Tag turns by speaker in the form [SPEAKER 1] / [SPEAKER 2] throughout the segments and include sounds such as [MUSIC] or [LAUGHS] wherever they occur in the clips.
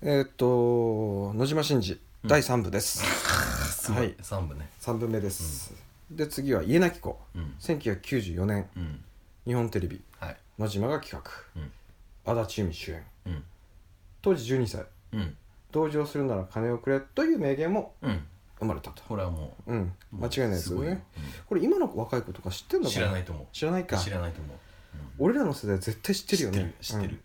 [SPEAKER 1] えーっと野島真二第3部です、
[SPEAKER 2] [LAUGHS] すご
[SPEAKER 1] はいい
[SPEAKER 2] 3部ね
[SPEAKER 1] 三3部目です、で次は「家なき子
[SPEAKER 2] うん」
[SPEAKER 1] 1994年
[SPEAKER 2] うん
[SPEAKER 1] 日本テレビ
[SPEAKER 2] はい
[SPEAKER 1] 野島が企画
[SPEAKER 2] うん
[SPEAKER 1] 足立由美主演
[SPEAKER 2] うん
[SPEAKER 1] 当時12歳
[SPEAKER 2] うん
[SPEAKER 1] 同情するなら金をくれという名言も
[SPEAKER 2] うん
[SPEAKER 1] 生まれたと
[SPEAKER 2] これはも
[SPEAKER 1] うん
[SPEAKER 2] う
[SPEAKER 1] 間違いないですよ
[SPEAKER 2] ご
[SPEAKER 1] ね
[SPEAKER 2] うん
[SPEAKER 1] これ今の若い子とか知ってんのか
[SPEAKER 2] 知らないと思う
[SPEAKER 1] 知らないか
[SPEAKER 2] 知らないと思う
[SPEAKER 1] 俺らの世代絶対知ってるよね
[SPEAKER 2] 知ってる知ってる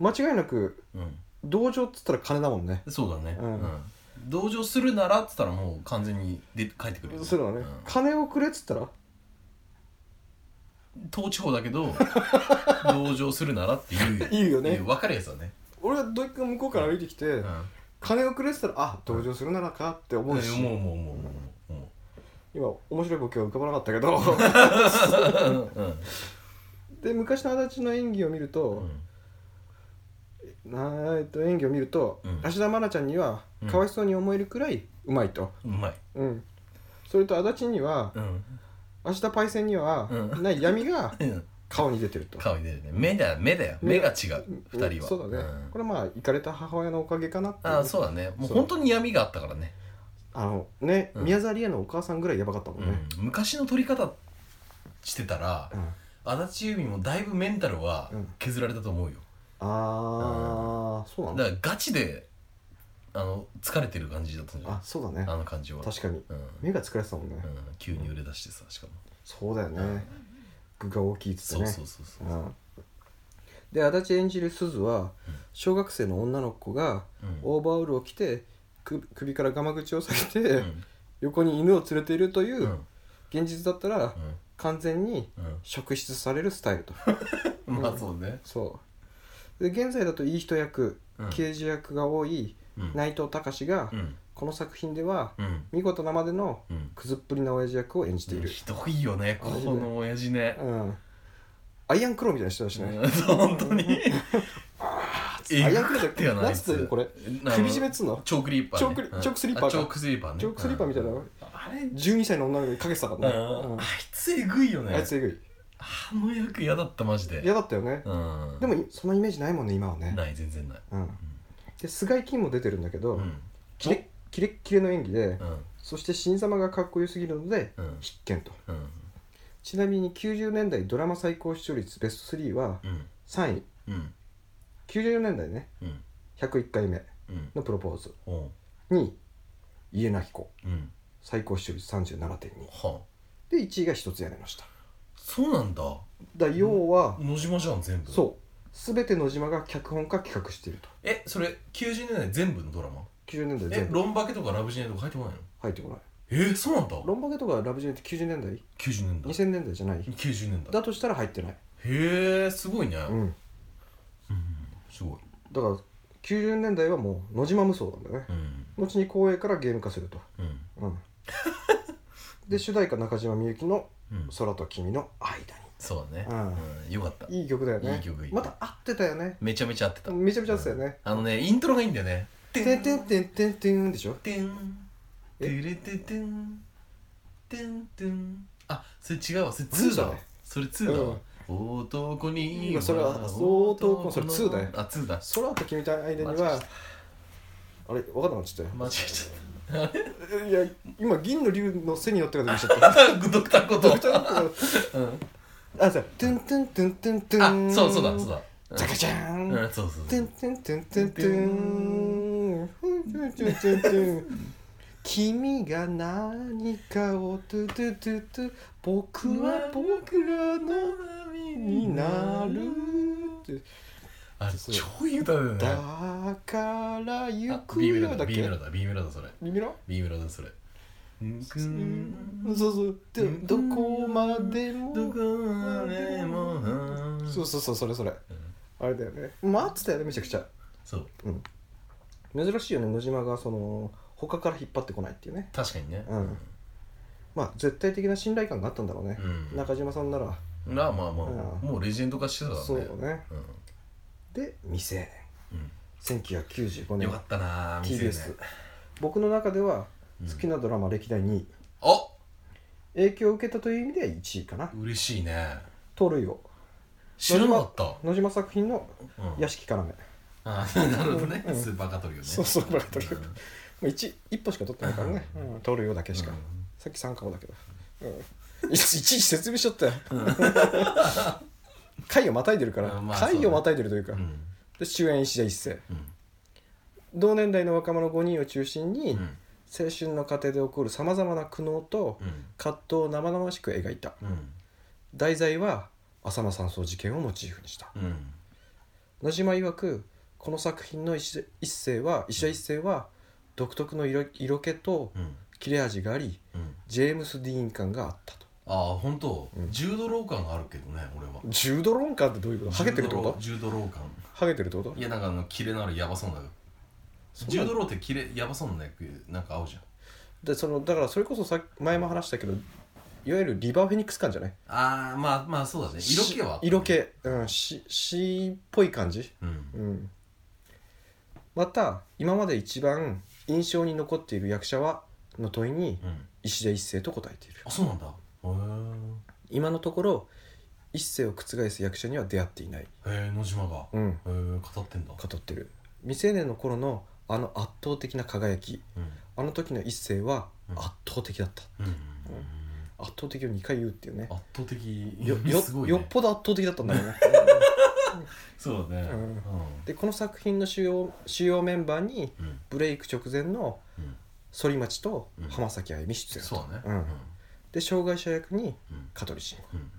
[SPEAKER 1] うん間違いなく
[SPEAKER 2] うん
[SPEAKER 1] 同情っつったら金だもんね
[SPEAKER 2] そうだね
[SPEAKER 1] うん
[SPEAKER 2] うん同情するならっつったらもう完全にで帰ってくるよ
[SPEAKER 1] そうだね
[SPEAKER 2] ん
[SPEAKER 1] 金をくれっつったら
[SPEAKER 2] 東地方だ
[SPEAKER 1] [LAUGHS]
[SPEAKER 2] けど同情するならっていう
[SPEAKER 1] いいよ
[SPEAKER 2] いう分かるやつだね
[SPEAKER 1] 俺は土井君向こうから歩いてきて、
[SPEAKER 2] うん
[SPEAKER 1] 金をくれって言ったらあ同情するならかって思うし、
[SPEAKER 2] もうもうもうもうも
[SPEAKER 1] 今面白いボケは浮かばなかったけ
[SPEAKER 2] [LAUGHS]
[SPEAKER 1] ど [LAUGHS]
[SPEAKER 2] ううん
[SPEAKER 1] で昔の足立の演技を見ると、なーえっと演技を見ると、
[SPEAKER 2] うん
[SPEAKER 1] 芦田愛菜ちゃんには
[SPEAKER 2] うん
[SPEAKER 1] かわいそうに思えるくらいうまいと、
[SPEAKER 2] うんうまい
[SPEAKER 1] うん、それと足立には
[SPEAKER 2] うん
[SPEAKER 1] 芦田パイセンには
[SPEAKER 2] うん
[SPEAKER 1] ない闇が
[SPEAKER 2] うん
[SPEAKER 1] 顔に出てると
[SPEAKER 2] 顔に出るね目だ目だよ目が違う
[SPEAKER 1] うん
[SPEAKER 2] 二人は
[SPEAKER 1] そうだね、
[SPEAKER 2] ん
[SPEAKER 1] これはまあ行かれた母親のおかげかなっていう
[SPEAKER 2] ああそうだねもう
[SPEAKER 1] そう
[SPEAKER 2] 本当に闇があったからね、
[SPEAKER 1] あのね、
[SPEAKER 2] うん
[SPEAKER 1] 宮沢りえのお母さんぐらいやばかったもんね、
[SPEAKER 2] うん昔の取り方してたら
[SPEAKER 1] うん
[SPEAKER 2] 足立由美もだいぶメンタルは
[SPEAKER 1] うん
[SPEAKER 2] 削られたと思うよ、
[SPEAKER 1] ああ、そうなの
[SPEAKER 2] だからガチであの疲れてる感じだったんじゃない
[SPEAKER 1] あそうだね
[SPEAKER 2] あの感じは
[SPEAKER 1] 確かに
[SPEAKER 2] うん、
[SPEAKER 1] 目が疲れてたもんね、
[SPEAKER 2] うん、急に売れ出してさしかも、
[SPEAKER 1] そうだよね具が大きいっつって
[SPEAKER 2] そう
[SPEAKER 1] ね
[SPEAKER 2] そうそうそう、
[SPEAKER 1] うんで足立演じる鈴は
[SPEAKER 2] うん
[SPEAKER 1] 小学生の女の子が
[SPEAKER 2] うん
[SPEAKER 1] オーバーオールを着てく首からガマ口を下げ
[SPEAKER 2] う
[SPEAKER 1] て
[SPEAKER 2] ん
[SPEAKER 1] 横に犬を連れているとい
[SPEAKER 2] うんう
[SPEAKER 1] うん現実だったら完全に
[SPEAKER 2] うん
[SPEAKER 1] 職質されるスタイルと
[SPEAKER 2] うんまあそうね、
[SPEAKER 1] そうで現在だといい人役
[SPEAKER 2] うん、
[SPEAKER 1] 刑事役が多い
[SPEAKER 2] うん
[SPEAKER 1] 内藤隆が
[SPEAKER 2] うん
[SPEAKER 1] この作品では
[SPEAKER 2] うん
[SPEAKER 1] 見事なまでの
[SPEAKER 2] うん
[SPEAKER 1] くずっぷりな親父役を演じている
[SPEAKER 2] ひどいよねこの親父ね
[SPEAKER 1] うんアイアンクローみたいな人だしね、
[SPEAKER 2] うん [LAUGHS] 本
[SPEAKER 1] [LAUGHS]
[SPEAKER 2] 当に
[SPEAKER 1] アイアンクロー
[SPEAKER 2] [LAUGHS] えぐかったよな
[SPEAKER 1] な
[SPEAKER 2] あ
[SPEAKER 1] ん
[SPEAKER 2] い
[SPEAKER 1] つ
[SPEAKER 2] つ
[SPEAKER 1] ってんのこれ首絞めっつうの
[SPEAKER 2] チョークリーパーね、
[SPEAKER 1] チョーク
[SPEAKER 2] うん
[SPEAKER 1] チョークスリーパー
[SPEAKER 2] あ
[SPEAKER 1] か
[SPEAKER 2] チョークスリーパーね
[SPEAKER 1] チョークスリーパーみたいな
[SPEAKER 2] うんあれ
[SPEAKER 1] 12歳の女の子にかけてたからね、
[SPEAKER 2] うん
[SPEAKER 1] うん
[SPEAKER 2] あいつえぐいよね
[SPEAKER 1] あいつえぐ
[SPEAKER 2] あの役嫌だったマジで
[SPEAKER 1] い嫌だったよね、
[SPEAKER 2] うん
[SPEAKER 1] でもいそのイメージないもんね今はね
[SPEAKER 2] ない全然ない
[SPEAKER 1] うん、で菅井金も出てるんだけど、
[SPEAKER 2] うん
[SPEAKER 1] キレッキレッキレの演技で、
[SPEAKER 2] うん
[SPEAKER 1] そして新様がかっこよすぎるので
[SPEAKER 2] うん
[SPEAKER 1] 必見と
[SPEAKER 2] うん
[SPEAKER 1] ちなみに90年代ドラマ最高視聴率ベスト3は
[SPEAKER 2] うん
[SPEAKER 1] 3位
[SPEAKER 2] うん
[SPEAKER 1] 94年代ね
[SPEAKER 2] うん
[SPEAKER 1] 101回目
[SPEAKER 2] うん
[SPEAKER 1] のプロポーズ
[SPEAKER 2] おう
[SPEAKER 1] 2位家なき子
[SPEAKER 2] うん
[SPEAKER 1] 最高視聴率37.2
[SPEAKER 2] はあ
[SPEAKER 1] で1位が一つ屋根の下
[SPEAKER 2] そうなんだ
[SPEAKER 1] だ要は、
[SPEAKER 2] 野島じゃん全部う
[SPEAKER 1] そう全て野島が脚本か企画していると
[SPEAKER 2] えそれ90年代全部のドラマ
[SPEAKER 1] 90年代
[SPEAKER 2] え
[SPEAKER 1] 全部
[SPEAKER 2] ロンバケとかラブジェネとか入ってこないの
[SPEAKER 1] 入ってこない
[SPEAKER 2] えー、そうなんだ
[SPEAKER 1] ロンバゲとかラブジェネって90年代
[SPEAKER 2] 90年代
[SPEAKER 1] 2000年代じゃない
[SPEAKER 2] 90年代
[SPEAKER 1] だとしたら入ってない
[SPEAKER 2] へえすごいね、
[SPEAKER 1] う
[SPEAKER 2] うん
[SPEAKER 1] ん
[SPEAKER 2] すごい、
[SPEAKER 1] だから90年代はもう野島無双なんだよね
[SPEAKER 2] うん
[SPEAKER 1] 後に光栄からゲーム化すると
[SPEAKER 2] う
[SPEAKER 1] う
[SPEAKER 2] ん
[SPEAKER 1] んで主題歌中島みゆきの
[SPEAKER 2] うん
[SPEAKER 1] 「空と君の間
[SPEAKER 2] そうだね、
[SPEAKER 1] うん
[SPEAKER 2] うんよかった
[SPEAKER 1] に」いい曲だよね
[SPEAKER 2] いい曲いい
[SPEAKER 1] また合ってたよね
[SPEAKER 2] めちゃめちゃ合ってた
[SPEAKER 1] めちゃめちゃ合ってたよね
[SPEAKER 2] あのねイントロがいいんだよね
[SPEAKER 1] 「てんてんてんてんてん」でしょ
[SPEAKER 2] てん
[SPEAKER 1] え
[SPEAKER 2] てれててんてんてんあそれ違うわそれ2だわそれ2だわ、男に
[SPEAKER 1] 今それは男のそれ2だよ
[SPEAKER 2] あ2だ
[SPEAKER 1] 空と君の間に
[SPEAKER 2] 間違え
[SPEAKER 1] は
[SPEAKER 2] ちゃ
[SPEAKER 1] あれ分かんなくなっちゃったよ
[SPEAKER 2] 間違えち
[SPEAKER 1] いや今銀の竜の背に乗ってから出
[SPEAKER 2] [LAUGHS]
[SPEAKER 1] ちゃっ
[SPEAKER 2] ゃ
[SPEAKER 1] た
[SPEAKER 2] ったドクターことうん
[SPEAKER 1] あそうトゥントゥントゥントゥントゥン
[SPEAKER 2] あそうそうだそうだ
[SPEAKER 1] ジャカジャー
[SPEAKER 2] うん、う
[SPEAKER 1] ン
[SPEAKER 2] ん、そうそう
[SPEAKER 1] ト
[SPEAKER 2] そ
[SPEAKER 1] ゥン
[SPEAKER 2] う
[SPEAKER 1] トゥントゥントゥントゥントゥントゥントゥントゥントゥン君が何かをトゥトゥトゥトゥ僕は僕らのになるって
[SPEAKER 2] あ超いい歌だよね
[SPEAKER 1] だから行
[SPEAKER 2] あ
[SPEAKER 1] く
[SPEAKER 2] B メ
[SPEAKER 1] よ
[SPEAKER 2] ロ
[SPEAKER 1] だ
[SPEAKER 2] だ
[SPEAKER 1] っ
[SPEAKER 2] B メ
[SPEAKER 1] け
[SPEAKER 2] ロだ B メロだそれ
[SPEAKER 1] ビビロ
[SPEAKER 2] B メロだそれうん
[SPEAKER 1] うんそうそうでどこまでも
[SPEAKER 2] どこまでも
[SPEAKER 1] そうそうそうそれそれ
[SPEAKER 2] うん
[SPEAKER 1] あれだよね待ってたよねめちゃくちゃ
[SPEAKER 2] そう
[SPEAKER 1] 珍しいよね野島がその他から引っ張ってこないっていうね
[SPEAKER 2] 確かにね
[SPEAKER 1] うんまあ絶対的な信頼感があったんだろうね、
[SPEAKER 2] うん
[SPEAKER 1] 中島さんなら
[SPEAKER 2] まあまあまあ
[SPEAKER 1] うん
[SPEAKER 2] もうレジェンド化してたからね
[SPEAKER 1] そうね
[SPEAKER 2] うん
[SPEAKER 1] で未成
[SPEAKER 2] うん
[SPEAKER 1] 年1995
[SPEAKER 2] よ
[SPEAKER 1] 年
[SPEAKER 2] かったなぁ未成
[SPEAKER 1] TBS 僕の中では
[SPEAKER 2] うん
[SPEAKER 1] 好きなドラマ歴代2位、
[SPEAKER 2] あ
[SPEAKER 1] 影響を受けたという意味では1位かな
[SPEAKER 2] 嬉しいね
[SPEAKER 1] 盗塁王
[SPEAKER 2] 知らなかった
[SPEAKER 1] 野島作品の
[SPEAKER 2] うん
[SPEAKER 1] 屋敷からめ、
[SPEAKER 2] ああーなるほどね、
[SPEAKER 1] うん
[SPEAKER 2] スーパーカトリオね
[SPEAKER 1] そうそうバカトリオ
[SPEAKER 2] うん
[SPEAKER 1] う一一歩しか取ってないからね、うん、取るよだけしか、
[SPEAKER 2] う
[SPEAKER 1] さっき3個だけど、うん、いちいち説明しちゃったよ
[SPEAKER 2] ん
[SPEAKER 1] 回をまたいでるから、
[SPEAKER 2] うんまあ
[SPEAKER 1] 回
[SPEAKER 2] そう
[SPEAKER 1] を
[SPEAKER 2] ね
[SPEAKER 1] またいでるというか、
[SPEAKER 2] うん
[SPEAKER 1] で主演石田一世
[SPEAKER 2] うん
[SPEAKER 1] 同年代の若者5人を中心に、
[SPEAKER 2] うん
[SPEAKER 1] 青春の過程で起こるさまざまな苦悩と
[SPEAKER 2] うん
[SPEAKER 1] 葛藤を生々しく描いた
[SPEAKER 2] うん
[SPEAKER 1] 題材は浅間山荘事件をモチーフにした
[SPEAKER 2] うん
[SPEAKER 1] 野島曰くこの作品の一一世は石田一世は独特の色色気と
[SPEAKER 2] うん
[SPEAKER 1] 切れ味があり
[SPEAKER 2] うん
[SPEAKER 1] ジェームス・ディーン感があったと
[SPEAKER 2] ああ本当、
[SPEAKER 1] うん
[SPEAKER 2] 重ドロー感があるけどね俺は
[SPEAKER 1] ジュード・ロン感ってどういうことハゲてるってこと
[SPEAKER 2] 重ドロー感
[SPEAKER 1] ハゲてるってこと
[SPEAKER 2] いやなんかあのキレのあるやばそうな
[SPEAKER 1] そう
[SPEAKER 2] 重ドローってキレやばそうな役なんか合うじゃん
[SPEAKER 1] でそのだからそれこそさ前も話したけどいわゆるリバー・フェニックス感じゃない
[SPEAKER 2] ああまあまあそうだね色気はあったね
[SPEAKER 1] 色気、うん、し詩っぽい感じ
[SPEAKER 2] うん
[SPEAKER 1] うん、また今まで一番印象に残っている役者はの問いに
[SPEAKER 2] うん
[SPEAKER 1] 石田一世と答えている
[SPEAKER 2] あそうなんだへえ
[SPEAKER 1] 今のところ一世を覆す役者には出会っていない、
[SPEAKER 2] へえ野島が
[SPEAKER 1] うん、
[SPEAKER 2] へえ語ってんだ
[SPEAKER 1] 語ってる未成年の頃のあの圧倒的な輝き
[SPEAKER 2] うん
[SPEAKER 1] あの時の一世は
[SPEAKER 2] うん
[SPEAKER 1] 圧倒的だった、
[SPEAKER 2] うんうん
[SPEAKER 1] 圧倒的を2回言うっていうね
[SPEAKER 2] 圧倒的 [LAUGHS]
[SPEAKER 1] よよ
[SPEAKER 2] すごいね
[SPEAKER 1] よっぽど圧倒的だったんだよね、
[SPEAKER 2] そうだね
[SPEAKER 1] うん
[SPEAKER 2] うん
[SPEAKER 1] でこの作品の主要主要メンバーに
[SPEAKER 2] うん
[SPEAKER 1] ブレイク直前の
[SPEAKER 2] うん
[SPEAKER 1] 反町と浜崎あゆみ出演と、
[SPEAKER 2] そうだね
[SPEAKER 1] うんで障害者役に
[SPEAKER 2] うん
[SPEAKER 1] 香取慎吾
[SPEAKER 2] うん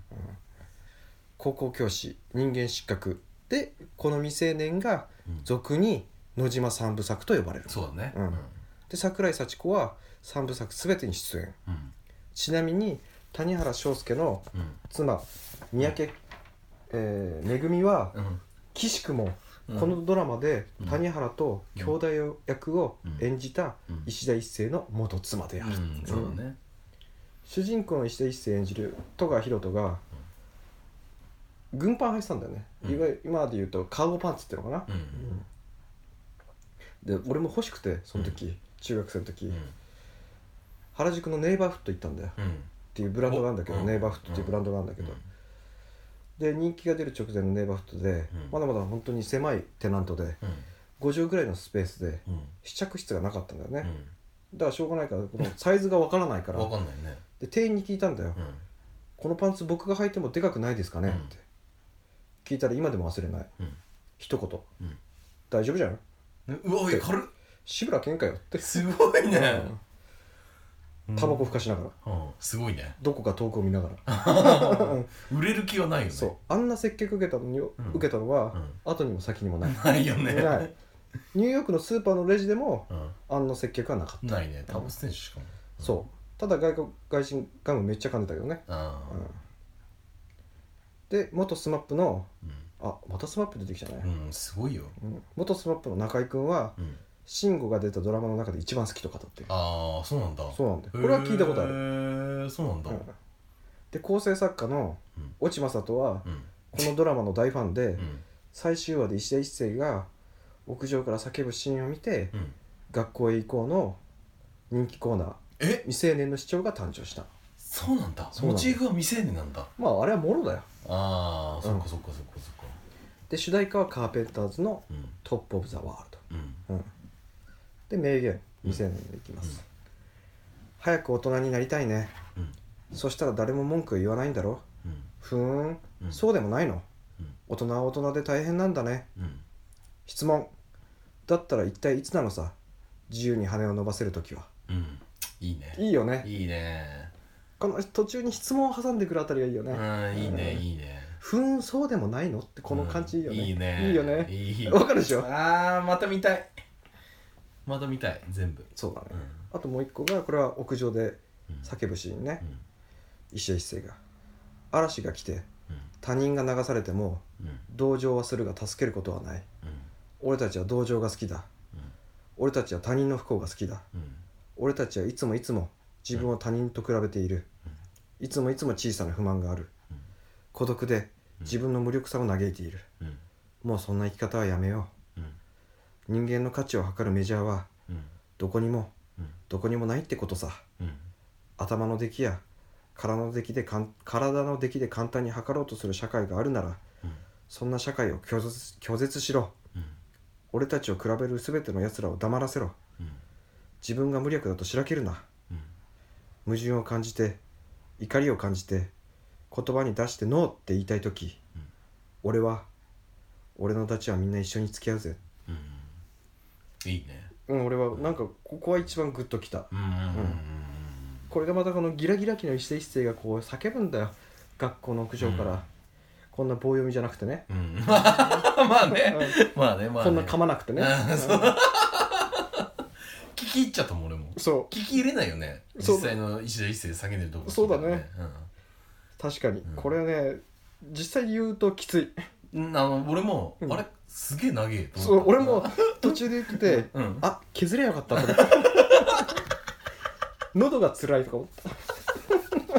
[SPEAKER 1] 高校教師人間失格でこの未成年が
[SPEAKER 2] うん
[SPEAKER 1] 俗に野島三部作と呼ばれる
[SPEAKER 2] そうだね
[SPEAKER 1] うんで桜井幸子は三部作全てに出演
[SPEAKER 2] うん
[SPEAKER 1] ちなみに谷原章介の
[SPEAKER 2] うん
[SPEAKER 1] 妻三宅、えー、めぐみは
[SPEAKER 2] うん
[SPEAKER 1] 岸くも
[SPEAKER 2] うん
[SPEAKER 1] このドラマで
[SPEAKER 2] うん
[SPEAKER 1] 谷原と兄弟役を演じた
[SPEAKER 2] うん
[SPEAKER 1] 石田一生の元妻である、
[SPEAKER 2] うんそうだね
[SPEAKER 1] 主人公の石田一生演じる戸川寛人が軍パン履いてたんだよね、
[SPEAKER 2] うん
[SPEAKER 1] いわゆる今で言うとカーゴパンツっていうのかな、
[SPEAKER 2] う
[SPEAKER 1] で俺も欲しくてその時、中学生の時、
[SPEAKER 2] ん
[SPEAKER 1] 原宿のネイバーフット行ったんだよっ
[SPEAKER 2] うん
[SPEAKER 1] ていうブランドがあるんだけど、
[SPEAKER 2] うん
[SPEAKER 1] ネイバーフットっていうブランドがあるんだけど、で人気が出る直前のネイバーフットで、
[SPEAKER 2] うん
[SPEAKER 1] まだまだ本当に狭いテナントで
[SPEAKER 2] うん
[SPEAKER 1] 5畳ぐらいのスペースで
[SPEAKER 2] うん
[SPEAKER 1] 試着室がなかったんだよ
[SPEAKER 2] う
[SPEAKER 1] ね、
[SPEAKER 2] ん
[SPEAKER 1] だからしょうがないからこのサイズがわからないから
[SPEAKER 2] わかんないね
[SPEAKER 1] で店員に聞いたんだよ、
[SPEAKER 2] うん
[SPEAKER 1] このパンツ僕が履いてもでかくないですかね?」
[SPEAKER 2] うん
[SPEAKER 1] って聞いたら今でも忘れない
[SPEAKER 2] うん
[SPEAKER 1] 一言
[SPEAKER 2] うん
[SPEAKER 1] 「大丈夫じゃん
[SPEAKER 2] ねうわおい軽っ
[SPEAKER 1] 志村けんかよ」って
[SPEAKER 2] すごいね
[SPEAKER 1] うんタバコふかしながら
[SPEAKER 2] うんすごいね
[SPEAKER 1] どこか遠くを見なが
[SPEAKER 2] 売れる気はないよ
[SPEAKER 1] ら
[SPEAKER 2] ね
[SPEAKER 1] そうあんな接客受けたのに受
[SPEAKER 2] ん
[SPEAKER 1] けたのは
[SPEAKER 2] うん
[SPEAKER 1] 後にも先にもない
[SPEAKER 2] ないよね
[SPEAKER 1] ないニューヨークのスーパーのレジでも
[SPEAKER 2] うん
[SPEAKER 1] あんな接客はなかっ
[SPEAKER 2] ないねタバコ選手しかも
[SPEAKER 1] たそうただ外国外人ガムめっちゃ噛んでたけどね
[SPEAKER 2] あ
[SPEAKER 1] うんで元 SMAP の
[SPEAKER 2] ー
[SPEAKER 1] あまた SMAP 出てきた
[SPEAKER 2] う
[SPEAKER 1] ね
[SPEAKER 2] んうんすごいよ
[SPEAKER 1] うん元 SMAP の中居君は
[SPEAKER 2] うん
[SPEAKER 1] 慎吾が出たドラマの中で一番好きと語ってる
[SPEAKER 2] ああそうなんだ
[SPEAKER 1] そうなんだよこれは聞いたことある、
[SPEAKER 2] るへえそうなんだ
[SPEAKER 1] うんで構成作家の
[SPEAKER 2] うん
[SPEAKER 1] 越智雅人は
[SPEAKER 2] うん
[SPEAKER 1] このドラマの大ファンで
[SPEAKER 2] うん
[SPEAKER 1] 最終話で石田一生が屋上から叫ぶシーンを見て
[SPEAKER 2] うん
[SPEAKER 1] 「学校へ行こう」の人気コーナー
[SPEAKER 2] え
[SPEAKER 1] 未成年の視聴が誕生した
[SPEAKER 2] そうなんだ
[SPEAKER 1] そうなんだ
[SPEAKER 2] モチーフは未成年なんだ
[SPEAKER 1] まああれはもろだよ
[SPEAKER 2] ああそっ
[SPEAKER 1] う
[SPEAKER 2] かそっかそっかそっか
[SPEAKER 1] で主題歌はカーペンターズの
[SPEAKER 2] うん
[SPEAKER 1] 「トップ・オブ・ザ・ワール
[SPEAKER 2] うん
[SPEAKER 1] ド」うん、で名言未成年でいきます、早く大人になりたいね
[SPEAKER 2] うん
[SPEAKER 1] そしたら誰も文句言わないんだろ
[SPEAKER 2] うん
[SPEAKER 1] ふーん、
[SPEAKER 2] うん
[SPEAKER 1] そうでもないの、
[SPEAKER 2] うん
[SPEAKER 1] 大人は大人で大変なんだね
[SPEAKER 2] うん
[SPEAKER 1] 質問だったら一体いつなのさ自由に羽を伸ばせる時は
[SPEAKER 2] うんいいね
[SPEAKER 1] いいよね
[SPEAKER 2] いいね
[SPEAKER 1] この途中に質問を挟んでくるあたりがいいよ
[SPEAKER 2] う
[SPEAKER 1] ね、
[SPEAKER 2] んいいね
[SPEAKER 1] うん
[SPEAKER 2] いいね
[SPEAKER 1] ふーんそうでもないのってこの感じいいよね、
[SPEAKER 2] うんいいね
[SPEAKER 1] よね
[SPEAKER 2] いい
[SPEAKER 1] わかるでしょ
[SPEAKER 2] ああまた見たいまた見たい全部
[SPEAKER 1] そうだね、
[SPEAKER 2] うん
[SPEAKER 1] あともう一個がこれは屋上で
[SPEAKER 2] うん
[SPEAKER 1] 叫ぶシーンね
[SPEAKER 2] う、ん
[SPEAKER 1] 石田一生が嵐が来て
[SPEAKER 2] うん
[SPEAKER 1] 他人が流されても
[SPEAKER 2] うん
[SPEAKER 1] 同情はするが助けることはない
[SPEAKER 2] うん
[SPEAKER 1] 俺たちは同情が好きだ
[SPEAKER 2] うん
[SPEAKER 1] 俺たちは他人の不幸が好きだ
[SPEAKER 2] うん
[SPEAKER 1] 俺たちはいつもいつも自分を他人と比べている、いつもいつも小さな不満がある、
[SPEAKER 2] うん
[SPEAKER 1] 孤独で自分の無力さを嘆いている、
[SPEAKER 2] うん
[SPEAKER 1] もうそんな生き方はやめよ
[SPEAKER 2] うん
[SPEAKER 1] う人間の価値を測るメジャーは
[SPEAKER 2] うん
[SPEAKER 1] どこにも
[SPEAKER 2] うん
[SPEAKER 1] どこにもないってことさ
[SPEAKER 2] うん
[SPEAKER 1] 頭の出来や体の出来でかん体の出来で簡単に測ろうとする社会があるなら
[SPEAKER 2] うん
[SPEAKER 1] そんな社会を拒絶拒絶しろ
[SPEAKER 2] うん
[SPEAKER 1] 俺たちを比べるすべての奴らを黙らせろ
[SPEAKER 2] うん
[SPEAKER 1] 自分が無力だとしらけるな
[SPEAKER 2] うん
[SPEAKER 1] 矛盾を感じて怒りを感じて言葉に出して「ノー」って言いたい時、
[SPEAKER 2] うん
[SPEAKER 1] 俺は俺のたちはみんな一緒に付き合うぜ
[SPEAKER 2] うんいいね
[SPEAKER 1] うん俺はなんかここは一番グッときた
[SPEAKER 2] うんうんうんうん
[SPEAKER 1] これがまたこのギラギラ期の一世一世がこう叫ぶんだよ学校の屋上から、
[SPEAKER 2] うん
[SPEAKER 1] こんな棒読みじゃなくて [LAUGHS] ね、
[SPEAKER 2] うんうんまあね
[SPEAKER 1] う
[SPEAKER 2] まあねまあね
[SPEAKER 1] こんな噛まなくてね、
[SPEAKER 2] あーそう
[SPEAKER 1] うん
[SPEAKER 2] 聞き入っちゃったもん俺も
[SPEAKER 1] そ
[SPEAKER 2] 聞き入れないよね
[SPEAKER 1] そう
[SPEAKER 2] 実際の一世一世叫んでるとこ
[SPEAKER 1] そうだねう確かに、
[SPEAKER 2] うん
[SPEAKER 1] これね実際言うときつい、
[SPEAKER 2] うんうんあの俺も
[SPEAKER 1] うん
[SPEAKER 2] あれすげえ長えと
[SPEAKER 1] そ
[SPEAKER 2] 思
[SPEAKER 1] う
[SPEAKER 2] った
[SPEAKER 1] 俺も途中で言ってて
[SPEAKER 2] うん
[SPEAKER 1] あ削れよかったと思って [LAUGHS] 喉が辛いとか思った
[SPEAKER 2] う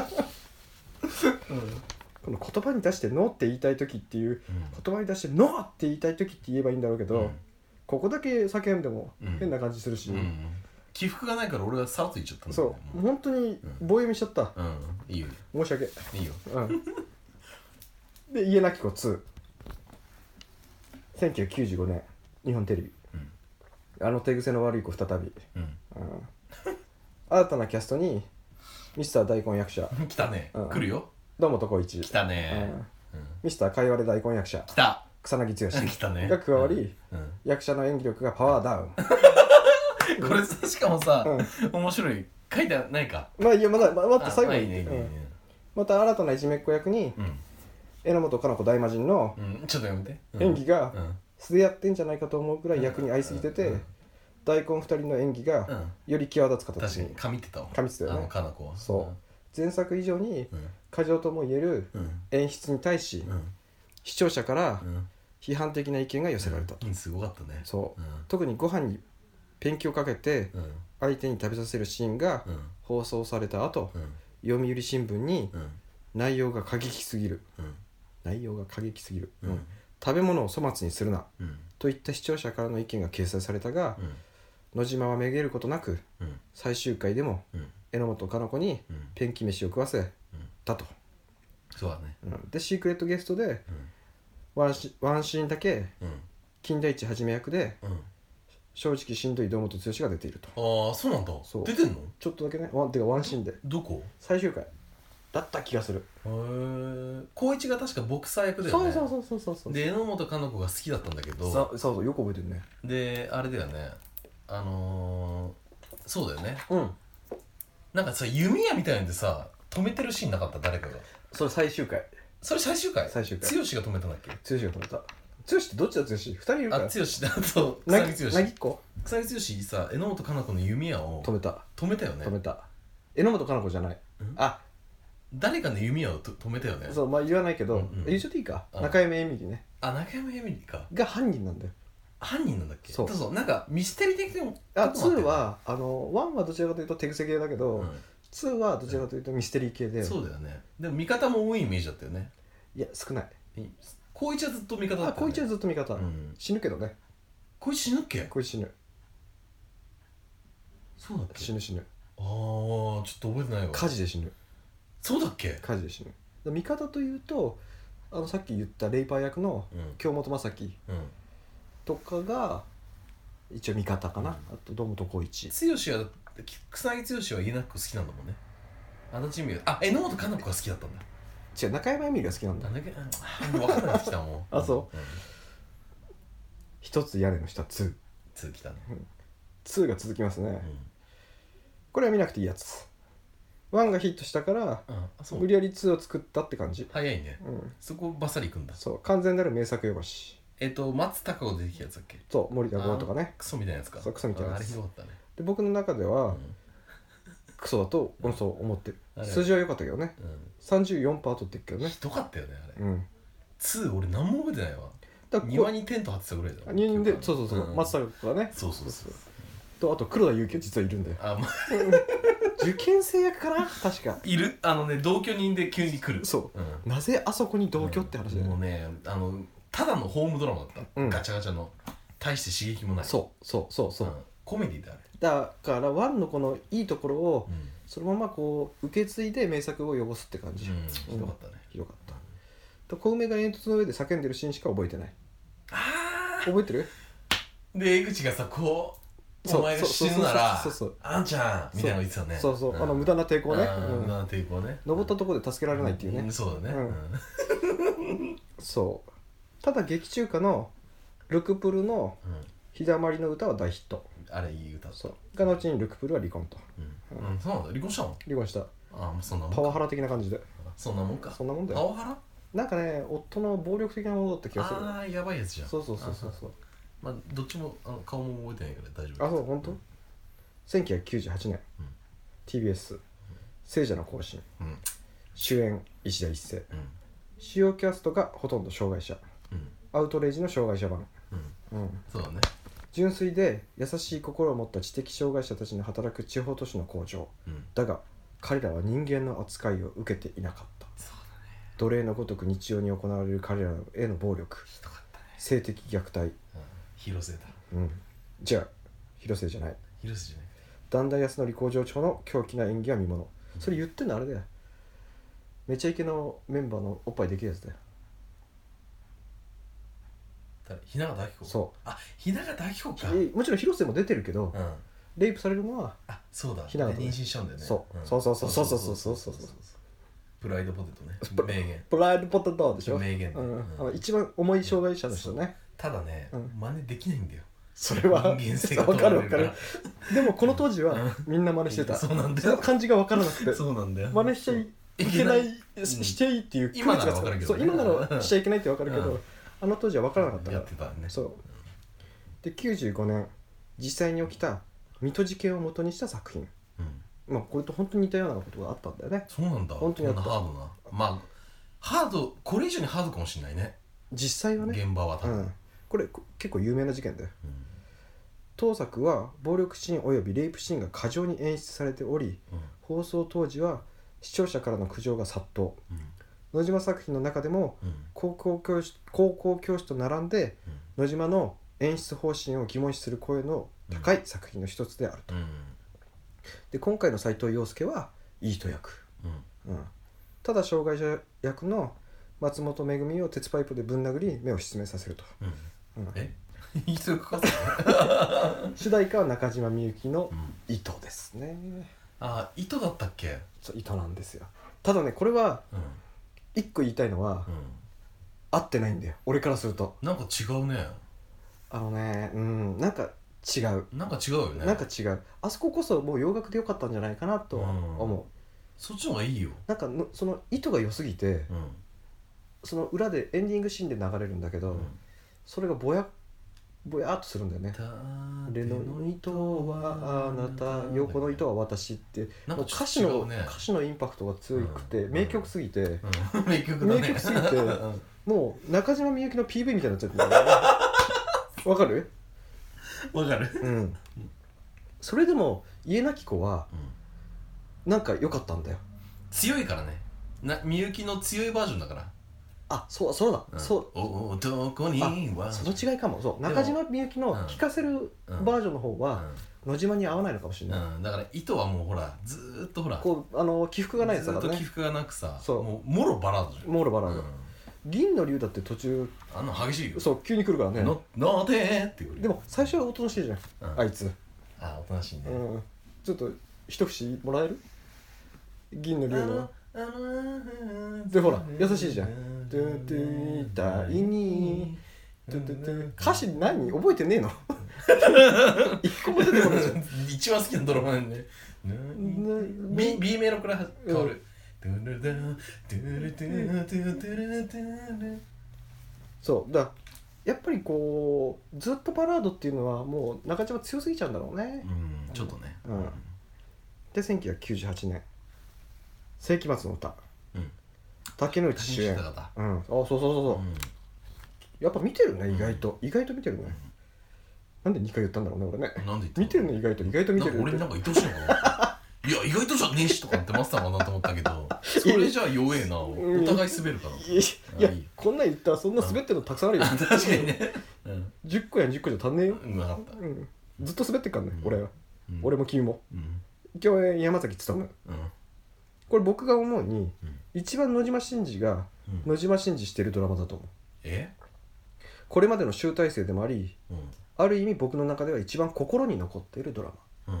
[SPEAKER 1] この言葉に出して「ノー」って言いたい時っていうん言葉に出して「ノー」って言いたい時って言えばいいんだろうけど、
[SPEAKER 2] うん
[SPEAKER 1] ここだけ叫んでも
[SPEAKER 2] うん
[SPEAKER 1] 変な感じするし、
[SPEAKER 2] うん起伏がないから俺はさらっと言っちゃったんだ
[SPEAKER 1] そ
[SPEAKER 2] よ
[SPEAKER 1] う
[SPEAKER 2] ねも
[SPEAKER 1] 本当に棒読みしちゃった、
[SPEAKER 2] ううんいいよ
[SPEAKER 1] 申し訳
[SPEAKER 2] いいよ
[SPEAKER 1] うんで「家なき子2」1995年日本テレビ
[SPEAKER 2] うん
[SPEAKER 1] あの手癖の悪い子再び、
[SPEAKER 2] う
[SPEAKER 1] う
[SPEAKER 2] ん
[SPEAKER 1] ん、新たなキャストにミスター大根役者
[SPEAKER 2] 来たね
[SPEAKER 1] うん
[SPEAKER 2] 来るよ
[SPEAKER 1] 堂本光一
[SPEAKER 2] 来た
[SPEAKER 1] う
[SPEAKER 2] ね
[SPEAKER 1] ん
[SPEAKER 2] うん
[SPEAKER 1] ミスターかいわれ大根役者
[SPEAKER 2] 来た
[SPEAKER 1] 草薙剛
[SPEAKER 2] 来た
[SPEAKER 1] [LAUGHS]
[SPEAKER 2] ね
[SPEAKER 1] が加わり、
[SPEAKER 2] うん
[SPEAKER 1] 役者の演技力がパワーダウン
[SPEAKER 2] うんこれさしかもさ
[SPEAKER 1] うん
[SPEAKER 2] 面白い書いてないか
[SPEAKER 1] まあいやまだま待って最後
[SPEAKER 2] あまあ
[SPEAKER 1] に
[SPEAKER 2] いいねいいねいい
[SPEAKER 1] うん
[SPEAKER 2] ね
[SPEAKER 1] また新たないじめっ子役に
[SPEAKER 2] うん
[SPEAKER 1] 榎本加奈子大魔神の
[SPEAKER 2] うんちょっとやめてうん
[SPEAKER 1] 演技が
[SPEAKER 2] うん
[SPEAKER 1] 素でやってんじゃないかと思うくらい役に合いすぎて
[SPEAKER 2] う
[SPEAKER 1] て
[SPEAKER 2] ん
[SPEAKER 1] 大根2人の演技
[SPEAKER 2] う
[SPEAKER 1] が
[SPEAKER 2] ん
[SPEAKER 1] より際立つ形
[SPEAKER 2] 確かに
[SPEAKER 1] に
[SPEAKER 2] 噛みってたわ
[SPEAKER 1] 噛みついたよね
[SPEAKER 2] あのかな子は
[SPEAKER 1] そう前作以上に
[SPEAKER 2] うん
[SPEAKER 1] 過剰とも言える
[SPEAKER 2] うん
[SPEAKER 1] 演出に対し
[SPEAKER 2] うん
[SPEAKER 1] 視聴者から
[SPEAKER 2] うん
[SPEAKER 1] 批判的な意見が寄せられた
[SPEAKER 2] うんすごかったね
[SPEAKER 1] そう
[SPEAKER 2] うん
[SPEAKER 1] 特にご飯にペンキをかけて
[SPEAKER 2] うん
[SPEAKER 1] 相手に食べさせるシーンが
[SPEAKER 2] うん
[SPEAKER 1] 放送された後
[SPEAKER 2] うん
[SPEAKER 1] 読売新聞に
[SPEAKER 2] うん
[SPEAKER 1] 内容が過激すぎる
[SPEAKER 2] うん
[SPEAKER 1] 内容が過激すぎる、
[SPEAKER 2] うんうん
[SPEAKER 1] 食べ物を粗末にするな
[SPEAKER 2] うん
[SPEAKER 1] といった視聴者からの意見が掲載されたが、野島はめげることなく
[SPEAKER 2] うん
[SPEAKER 1] 最終回でも
[SPEAKER 2] うん
[SPEAKER 1] 榎本加奈子に
[SPEAKER 2] うん
[SPEAKER 1] ペンキ飯を食わせたと、
[SPEAKER 2] そうだね
[SPEAKER 1] うんでシークレットゲストで
[SPEAKER 2] う
[SPEAKER 1] ワンシワンシーンだけ
[SPEAKER 2] ん
[SPEAKER 1] 金田一はじめ役で
[SPEAKER 2] うんうん
[SPEAKER 1] 正直しんどい堂本剛が出ていると
[SPEAKER 2] ああそうなんだ
[SPEAKER 1] そう
[SPEAKER 2] 出てんの
[SPEAKER 1] ちょっとだけねワンてかワンシーンで
[SPEAKER 2] どこ
[SPEAKER 1] 最終回だった気がする、
[SPEAKER 2] へえ高一が確かボクサー役だよ
[SPEAKER 1] そう
[SPEAKER 2] ね
[SPEAKER 1] そうそうそうそうそう
[SPEAKER 2] で榎本かの子が好きだったんだけ
[SPEAKER 1] さ
[SPEAKER 2] ど
[SPEAKER 1] そうそうよく覚えてるね
[SPEAKER 2] であれだよねあのーそうだよね
[SPEAKER 1] うん
[SPEAKER 2] なんかさ弓矢みたいなんでさ止めてるシーンなかった誰かが
[SPEAKER 1] それ最終回
[SPEAKER 2] それ最終回
[SPEAKER 1] 最終回
[SPEAKER 2] 剛が止めたんだっけ
[SPEAKER 1] 剛が止めた剛ってどっちだ剛二人いるか
[SPEAKER 2] あ
[SPEAKER 1] ら
[SPEAKER 2] 剛だと草
[SPEAKER 1] なぎ
[SPEAKER 2] 木剛
[SPEAKER 1] なぎっこ
[SPEAKER 2] 草木剛さ榎本かな子の弓矢を
[SPEAKER 1] 止めた
[SPEAKER 2] 止めたよね
[SPEAKER 1] 止めた榎本加奈子じゃない
[SPEAKER 2] うん
[SPEAKER 1] あ
[SPEAKER 2] 誰かの弓矢をと止めたよね
[SPEAKER 1] そうまあ言わないけ
[SPEAKER 2] う
[SPEAKER 1] ど
[SPEAKER 2] んうん
[SPEAKER 1] え言っちゃっていいか
[SPEAKER 2] うん
[SPEAKER 1] 中山恵美里ね
[SPEAKER 2] あ中山エミリか
[SPEAKER 1] が犯人なんだよ
[SPEAKER 2] 犯人なんだっけ
[SPEAKER 1] そう
[SPEAKER 2] そうなんかミステリー的なも
[SPEAKER 1] あ
[SPEAKER 2] とこもっ
[SPEAKER 1] 2
[SPEAKER 2] たよね
[SPEAKER 1] はあの1はどちらかというと手癖系だけど2はどちらかというとミステリー系
[SPEAKER 2] う
[SPEAKER 1] で
[SPEAKER 2] ん、そうだよねでも味方も多いイメージだったよね
[SPEAKER 1] いや少ない
[SPEAKER 2] 高一はずっと味方だったよ、
[SPEAKER 1] あ
[SPEAKER 2] ね、
[SPEAKER 1] こいつはずっと味方
[SPEAKER 2] うん
[SPEAKER 1] 死ぬけどね
[SPEAKER 2] 高一死ぬっけ
[SPEAKER 1] こいつ死ぬ
[SPEAKER 2] そうだっけ
[SPEAKER 1] 死
[SPEAKER 2] あ
[SPEAKER 1] ぬ死ぬ
[SPEAKER 2] あーちょっと覚えてないわ
[SPEAKER 1] 火事で死ぬ
[SPEAKER 2] そうだっけ
[SPEAKER 1] 火事で死ぬで味方というとあのさっき言ったレイパー役の
[SPEAKER 2] うん
[SPEAKER 1] 京本政樹
[SPEAKER 2] うん
[SPEAKER 1] とかが一応味方かな、あと堂本光一
[SPEAKER 2] 剛は草薙剛は家なく好きなんだもんね足立美優あ榎本かな子が好きだったんだ
[SPEAKER 1] 違う中山エミリが好きなんだ
[SPEAKER 2] なんだっけうんあもう分かんなくなってきたもん
[SPEAKER 1] [LAUGHS] あそ
[SPEAKER 2] うん、
[SPEAKER 1] 一つ屋根の下2
[SPEAKER 2] 2来たね、
[SPEAKER 1] 2が続きますね、
[SPEAKER 2] う
[SPEAKER 1] これは見なくていいやつ1がヒットしたから
[SPEAKER 2] ん、ああそ
[SPEAKER 1] 無
[SPEAKER 2] う
[SPEAKER 1] 理やり2を作ったって感じ
[SPEAKER 2] 早いね
[SPEAKER 1] うん
[SPEAKER 2] そこバッサリ行くんだ
[SPEAKER 1] そう完全なる名作呼ばし
[SPEAKER 2] えっ、と松たか子出てきたやつだっけ
[SPEAKER 1] そう森田剛とかね
[SPEAKER 2] クソみたいなやつか
[SPEAKER 1] そうクソみたいなやつ
[SPEAKER 2] あれひどかったね、
[SPEAKER 1] で僕の中で
[SPEAKER 2] う
[SPEAKER 1] は
[SPEAKER 2] ん
[SPEAKER 1] クソだと俺そう思ってる
[SPEAKER 2] あれ
[SPEAKER 1] 数字は良かったけどね
[SPEAKER 2] う
[SPEAKER 1] 34%取ってるけど
[SPEAKER 2] ん、
[SPEAKER 1] ね
[SPEAKER 2] ひどかったよねあれ、
[SPEAKER 1] うん
[SPEAKER 2] 2俺何も覚えてないわ
[SPEAKER 1] だからこ
[SPEAKER 2] 庭にテント張ってたぐらいだ
[SPEAKER 1] う入院でそうそうそう、
[SPEAKER 2] ん
[SPEAKER 1] 松坂君がね
[SPEAKER 2] そうそうそう
[SPEAKER 1] とあと黒田祐樹は実はいるんだよ
[SPEAKER 2] あ、まあ、
[SPEAKER 1] [LAUGHS] 受験生役かな確か
[SPEAKER 2] いるあのね同居人で急に来る、
[SPEAKER 1] そう
[SPEAKER 2] ん、
[SPEAKER 1] なぜあそこに同居って話だよ
[SPEAKER 2] も
[SPEAKER 1] ね
[SPEAKER 2] うねあのただのホームドラマだった、
[SPEAKER 1] うん
[SPEAKER 2] ガチャガチャの大して刺激もない
[SPEAKER 1] そうそうそうそう、
[SPEAKER 2] んコメディだあれ、
[SPEAKER 1] だからワンのこのいいところを
[SPEAKER 2] うん
[SPEAKER 1] そのままこう受け継いで名作を汚すって感じ、
[SPEAKER 2] うん、ひどかったね
[SPEAKER 1] ひどかったと小梅が煙突の上で叫んでるシーンしか覚えてない
[SPEAKER 2] ああ
[SPEAKER 1] 覚えてる
[SPEAKER 2] で江口がさこう
[SPEAKER 1] そう
[SPEAKER 2] お前が死ぬなら
[SPEAKER 1] そうそうそう
[SPEAKER 2] あんちゃんみたいなの言ってたね
[SPEAKER 1] そうそう、
[SPEAKER 2] ん
[SPEAKER 1] あの無駄な抵抗ね、
[SPEAKER 2] うん
[SPEAKER 1] うん
[SPEAKER 2] 無駄な抵抗ね
[SPEAKER 1] 登ったところで助けられないっていうね、
[SPEAKER 2] んそうだね
[SPEAKER 1] うん
[SPEAKER 2] うん
[SPEAKER 1] そうただ劇中歌の「ルクプル」の
[SPEAKER 2] うん
[SPEAKER 1] 「日だまりの歌」は大ヒット
[SPEAKER 2] あれいい歌だった
[SPEAKER 1] そうが後にルクプルは離婚と
[SPEAKER 2] うんうんそうなんだ離婚したの
[SPEAKER 1] 離婚した
[SPEAKER 2] ああもうそんなもん
[SPEAKER 1] パ
[SPEAKER 2] か
[SPEAKER 1] ワハラ的な感じで
[SPEAKER 2] そんなもんか
[SPEAKER 1] そんなもんだ
[SPEAKER 2] パ
[SPEAKER 1] よ
[SPEAKER 2] ワハラ
[SPEAKER 1] なんかね夫の暴力的なものだった気がする
[SPEAKER 2] ああやばいやつじゃん
[SPEAKER 1] そうそうそうそうそう
[SPEAKER 2] まあどっちもあの顔も覚えてないから大丈夫
[SPEAKER 1] あそう本当1998年、
[SPEAKER 2] うん
[SPEAKER 1] TBS「聖者の行進
[SPEAKER 2] うんうん」
[SPEAKER 1] 主演石田一生
[SPEAKER 2] うん
[SPEAKER 1] 主要キャストがほとんど障害者
[SPEAKER 2] うん
[SPEAKER 1] アウトレイジの障害者版、
[SPEAKER 2] うん
[SPEAKER 1] うん、
[SPEAKER 2] そうだね
[SPEAKER 1] 純粋で優しい心を持った知的障害者たちの働く地方都市の工場
[SPEAKER 2] うん
[SPEAKER 1] だが彼らは人間の扱いを受けていなかった
[SPEAKER 2] そうだね
[SPEAKER 1] 奴隷のごとく日常に行われる彼らへの暴力
[SPEAKER 2] ひどかったね
[SPEAKER 1] 性的虐待、
[SPEAKER 2] うん広瀬だ
[SPEAKER 1] うん、じゃあ広瀬じゃない
[SPEAKER 2] 広瀬じゃない
[SPEAKER 1] 段田康則工場長の狂気な演技は見ものそれ言ってんのあれだよめちゃイケのメンバーのおっぱいできるやつだよ
[SPEAKER 2] 誰雛形あき子
[SPEAKER 1] そ
[SPEAKER 2] あ雛形あき子か
[SPEAKER 1] えもちろん広瀬も出てるけど
[SPEAKER 2] うん
[SPEAKER 1] レイプされるのは
[SPEAKER 2] あそうだ
[SPEAKER 1] ひなが
[SPEAKER 2] で
[SPEAKER 1] たね
[SPEAKER 2] 妊娠しちゃうんだよね
[SPEAKER 1] そうんそうそうそうそうそうそうそうそう
[SPEAKER 2] プライドポテトね
[SPEAKER 1] プ
[SPEAKER 2] 名言
[SPEAKER 1] プライドポテトでしょ、
[SPEAKER 2] 名言ね
[SPEAKER 1] うん
[SPEAKER 2] うん
[SPEAKER 1] あの一番重い障害者の人ね
[SPEAKER 2] ただね
[SPEAKER 1] うん
[SPEAKER 2] 真似できないんだよ
[SPEAKER 1] それは
[SPEAKER 2] 人間性が
[SPEAKER 1] わかるわ
[SPEAKER 2] 問
[SPEAKER 1] か
[SPEAKER 2] われ
[SPEAKER 1] るでもこの当時はみんな真似してた
[SPEAKER 2] そうなんだ
[SPEAKER 1] その
[SPEAKER 2] よ
[SPEAKER 1] 感じが分からなくて
[SPEAKER 2] そうなんだよ
[SPEAKER 1] 真似しちゃいいけないししていいっていう区別が
[SPEAKER 2] 今ならわかるけどね
[SPEAKER 1] そう今ならしちゃいけないって分かるけど、
[SPEAKER 2] うん
[SPEAKER 1] あの当時は分からなかったか
[SPEAKER 2] や
[SPEAKER 1] ら
[SPEAKER 2] ってたね
[SPEAKER 1] そうで95年実際に起きた水戸事件を元にした作品
[SPEAKER 2] うん
[SPEAKER 1] まあこれと本当に似たようなことがあったんだよね
[SPEAKER 2] そうなんだ
[SPEAKER 1] 本当にや
[SPEAKER 2] こ
[SPEAKER 1] っ
[SPEAKER 2] んな
[SPEAKER 1] た
[SPEAKER 2] ハードなまあハードこれ以上にハードかもしれないね
[SPEAKER 1] 実際はね、
[SPEAKER 2] 現場は多
[SPEAKER 1] う
[SPEAKER 2] 分
[SPEAKER 1] ん、これこ結構有名な事件だよ
[SPEAKER 2] うん
[SPEAKER 1] 当作は暴力シーンおよびレイプシーンが過剰に演出されており
[SPEAKER 2] うん
[SPEAKER 1] 放送当時は視聴者からの苦情が殺到
[SPEAKER 2] うん
[SPEAKER 1] 野島作品の中でも
[SPEAKER 2] うん
[SPEAKER 1] 高校教師高校教師と並んで
[SPEAKER 2] うん
[SPEAKER 1] 野島の演出方針を疑問視する声の高い作品の一つであると、
[SPEAKER 2] うん
[SPEAKER 1] で今回の斎藤洋介はいい人役、
[SPEAKER 2] うん
[SPEAKER 1] うん、ただ障害者役の松本めぐみを鉄パイプでぶん殴り目を失明させると、
[SPEAKER 2] うん
[SPEAKER 1] うん
[SPEAKER 2] えいつかかった
[SPEAKER 1] 主題歌は中島みゆきの
[SPEAKER 2] うん
[SPEAKER 1] 「糸」ですね
[SPEAKER 2] あ糸だったっけ
[SPEAKER 1] そう糸なんですよただねこれは
[SPEAKER 2] うん
[SPEAKER 1] 一個言いたいのは、
[SPEAKER 2] うん
[SPEAKER 1] 合ってないんだよ俺からすると
[SPEAKER 2] なんか違うね
[SPEAKER 1] あのねうんなんか違う
[SPEAKER 2] なんか違うよね
[SPEAKER 1] なんか違うあそここそもう洋楽でよかったんじゃないかなとは思う、
[SPEAKER 2] そっちの方がいいよ
[SPEAKER 1] なんかのその糸が良すぎて
[SPEAKER 2] うん
[SPEAKER 1] その裏でエンディングシーンで流れるんだけど、
[SPEAKER 2] うん
[SPEAKER 1] それがぼやぼやっとするんだよね「
[SPEAKER 2] 「
[SPEAKER 1] レの糸はあなた横の糸は私」って
[SPEAKER 2] なん
[SPEAKER 1] も
[SPEAKER 2] か
[SPEAKER 1] う歌詞の、
[SPEAKER 2] ね
[SPEAKER 1] 歌詞のインパクトが強くて、
[SPEAKER 2] うん
[SPEAKER 1] 名曲すぎて、
[SPEAKER 2] うん名曲だね
[SPEAKER 1] 名曲すぎて
[SPEAKER 2] うん
[SPEAKER 1] もう中島みゆきの PV みたいになっちゃってるんだよね
[SPEAKER 2] [LAUGHS]
[SPEAKER 1] わかる
[SPEAKER 2] わかる
[SPEAKER 1] うんそれでも家なき子は
[SPEAKER 2] うん
[SPEAKER 1] なんか良かったんだよ
[SPEAKER 2] 強いからねなみゆきの強いバージョンだから
[SPEAKER 1] あそうそうだ、
[SPEAKER 2] うん
[SPEAKER 1] そう
[SPEAKER 2] お男には
[SPEAKER 1] その違いかもそう中島みゆきの
[SPEAKER 2] うん
[SPEAKER 1] 聴かせるバージョンの方は野島に合わないのかもしれ
[SPEAKER 2] う
[SPEAKER 1] ない、
[SPEAKER 2] んうんだから糸はもうほらずーっとほら
[SPEAKER 1] こうあの起伏がないやつ
[SPEAKER 2] ず
[SPEAKER 1] だ
[SPEAKER 2] ー
[SPEAKER 1] か
[SPEAKER 2] っ
[SPEAKER 1] ら
[SPEAKER 2] と起
[SPEAKER 1] ね
[SPEAKER 2] 伏がなくさ
[SPEAKER 1] そう
[SPEAKER 2] もうもろバラードじゃん
[SPEAKER 1] モールバラード、
[SPEAKER 2] うん
[SPEAKER 1] 銀の竜だって途中
[SPEAKER 2] あんな激しいよ
[SPEAKER 1] そう急に来るからね
[SPEAKER 2] ののでーってくる
[SPEAKER 1] でも最初はおとなしいじゃん、
[SPEAKER 2] うん
[SPEAKER 1] あいつ、
[SPEAKER 2] あおとなしいね
[SPEAKER 1] うん、ちょっと一節もらえる銀の竜のでほら優しいじゃんトゥトゥタイニトゥトゥトゥ歌詞何覚えてねえ
[SPEAKER 2] [LAUGHS]
[SPEAKER 1] の一個も出てこないじゃん
[SPEAKER 2] 一番好きなドラマなんで B, B メロから変わる、
[SPEAKER 1] そうだやっぱりこうずっとバラードっていうのはもう中島強すぎちゃうんだろうね
[SPEAKER 2] う、んちょっとね
[SPEAKER 1] うんで1998年「世紀末の歌」
[SPEAKER 2] うん
[SPEAKER 1] 竹野内
[SPEAKER 2] 主
[SPEAKER 1] 主
[SPEAKER 2] 演
[SPEAKER 1] 演
[SPEAKER 2] だか
[SPEAKER 1] うん、あそうそうそうそう
[SPEAKER 2] ら、、うん
[SPEAKER 1] やっぱ見てるね
[SPEAKER 2] うん
[SPEAKER 1] 意外と、意外と見てるねなんで2回言ったんだろうね俺ね
[SPEAKER 2] なんで言った
[SPEAKER 1] 見てるね意外と意外と見
[SPEAKER 2] な
[SPEAKER 1] て
[SPEAKER 2] んか
[SPEAKER 1] る
[SPEAKER 2] 俺なんか愛しいのかない
[SPEAKER 1] [LAUGHS]
[SPEAKER 2] や意外とじゃねえしとか言ってマスターかなと思ったけどそれじゃ弱えなお互い滑るから
[SPEAKER 1] いやいや
[SPEAKER 2] あいいよ
[SPEAKER 1] こんなん言ったらそんな滑ってるのたくさんあるよ
[SPEAKER 2] 確かにねうん
[SPEAKER 1] 10個や20個じゃ足んねえよ、
[SPEAKER 2] うまかった
[SPEAKER 1] うん、ずっと滑ってっからね、
[SPEAKER 2] うん
[SPEAKER 1] 俺は俺も君も
[SPEAKER 2] うん
[SPEAKER 1] 共演山崎努
[SPEAKER 2] うん
[SPEAKER 1] これ僕が思うに、
[SPEAKER 2] うん
[SPEAKER 1] 一番野島伸二が
[SPEAKER 2] うん
[SPEAKER 1] 野島伸二してるドラマだと思う
[SPEAKER 2] え
[SPEAKER 1] これまでの集大成でもあり
[SPEAKER 2] うん
[SPEAKER 1] ある意味僕の中では一番心に残っているドラマ
[SPEAKER 2] うん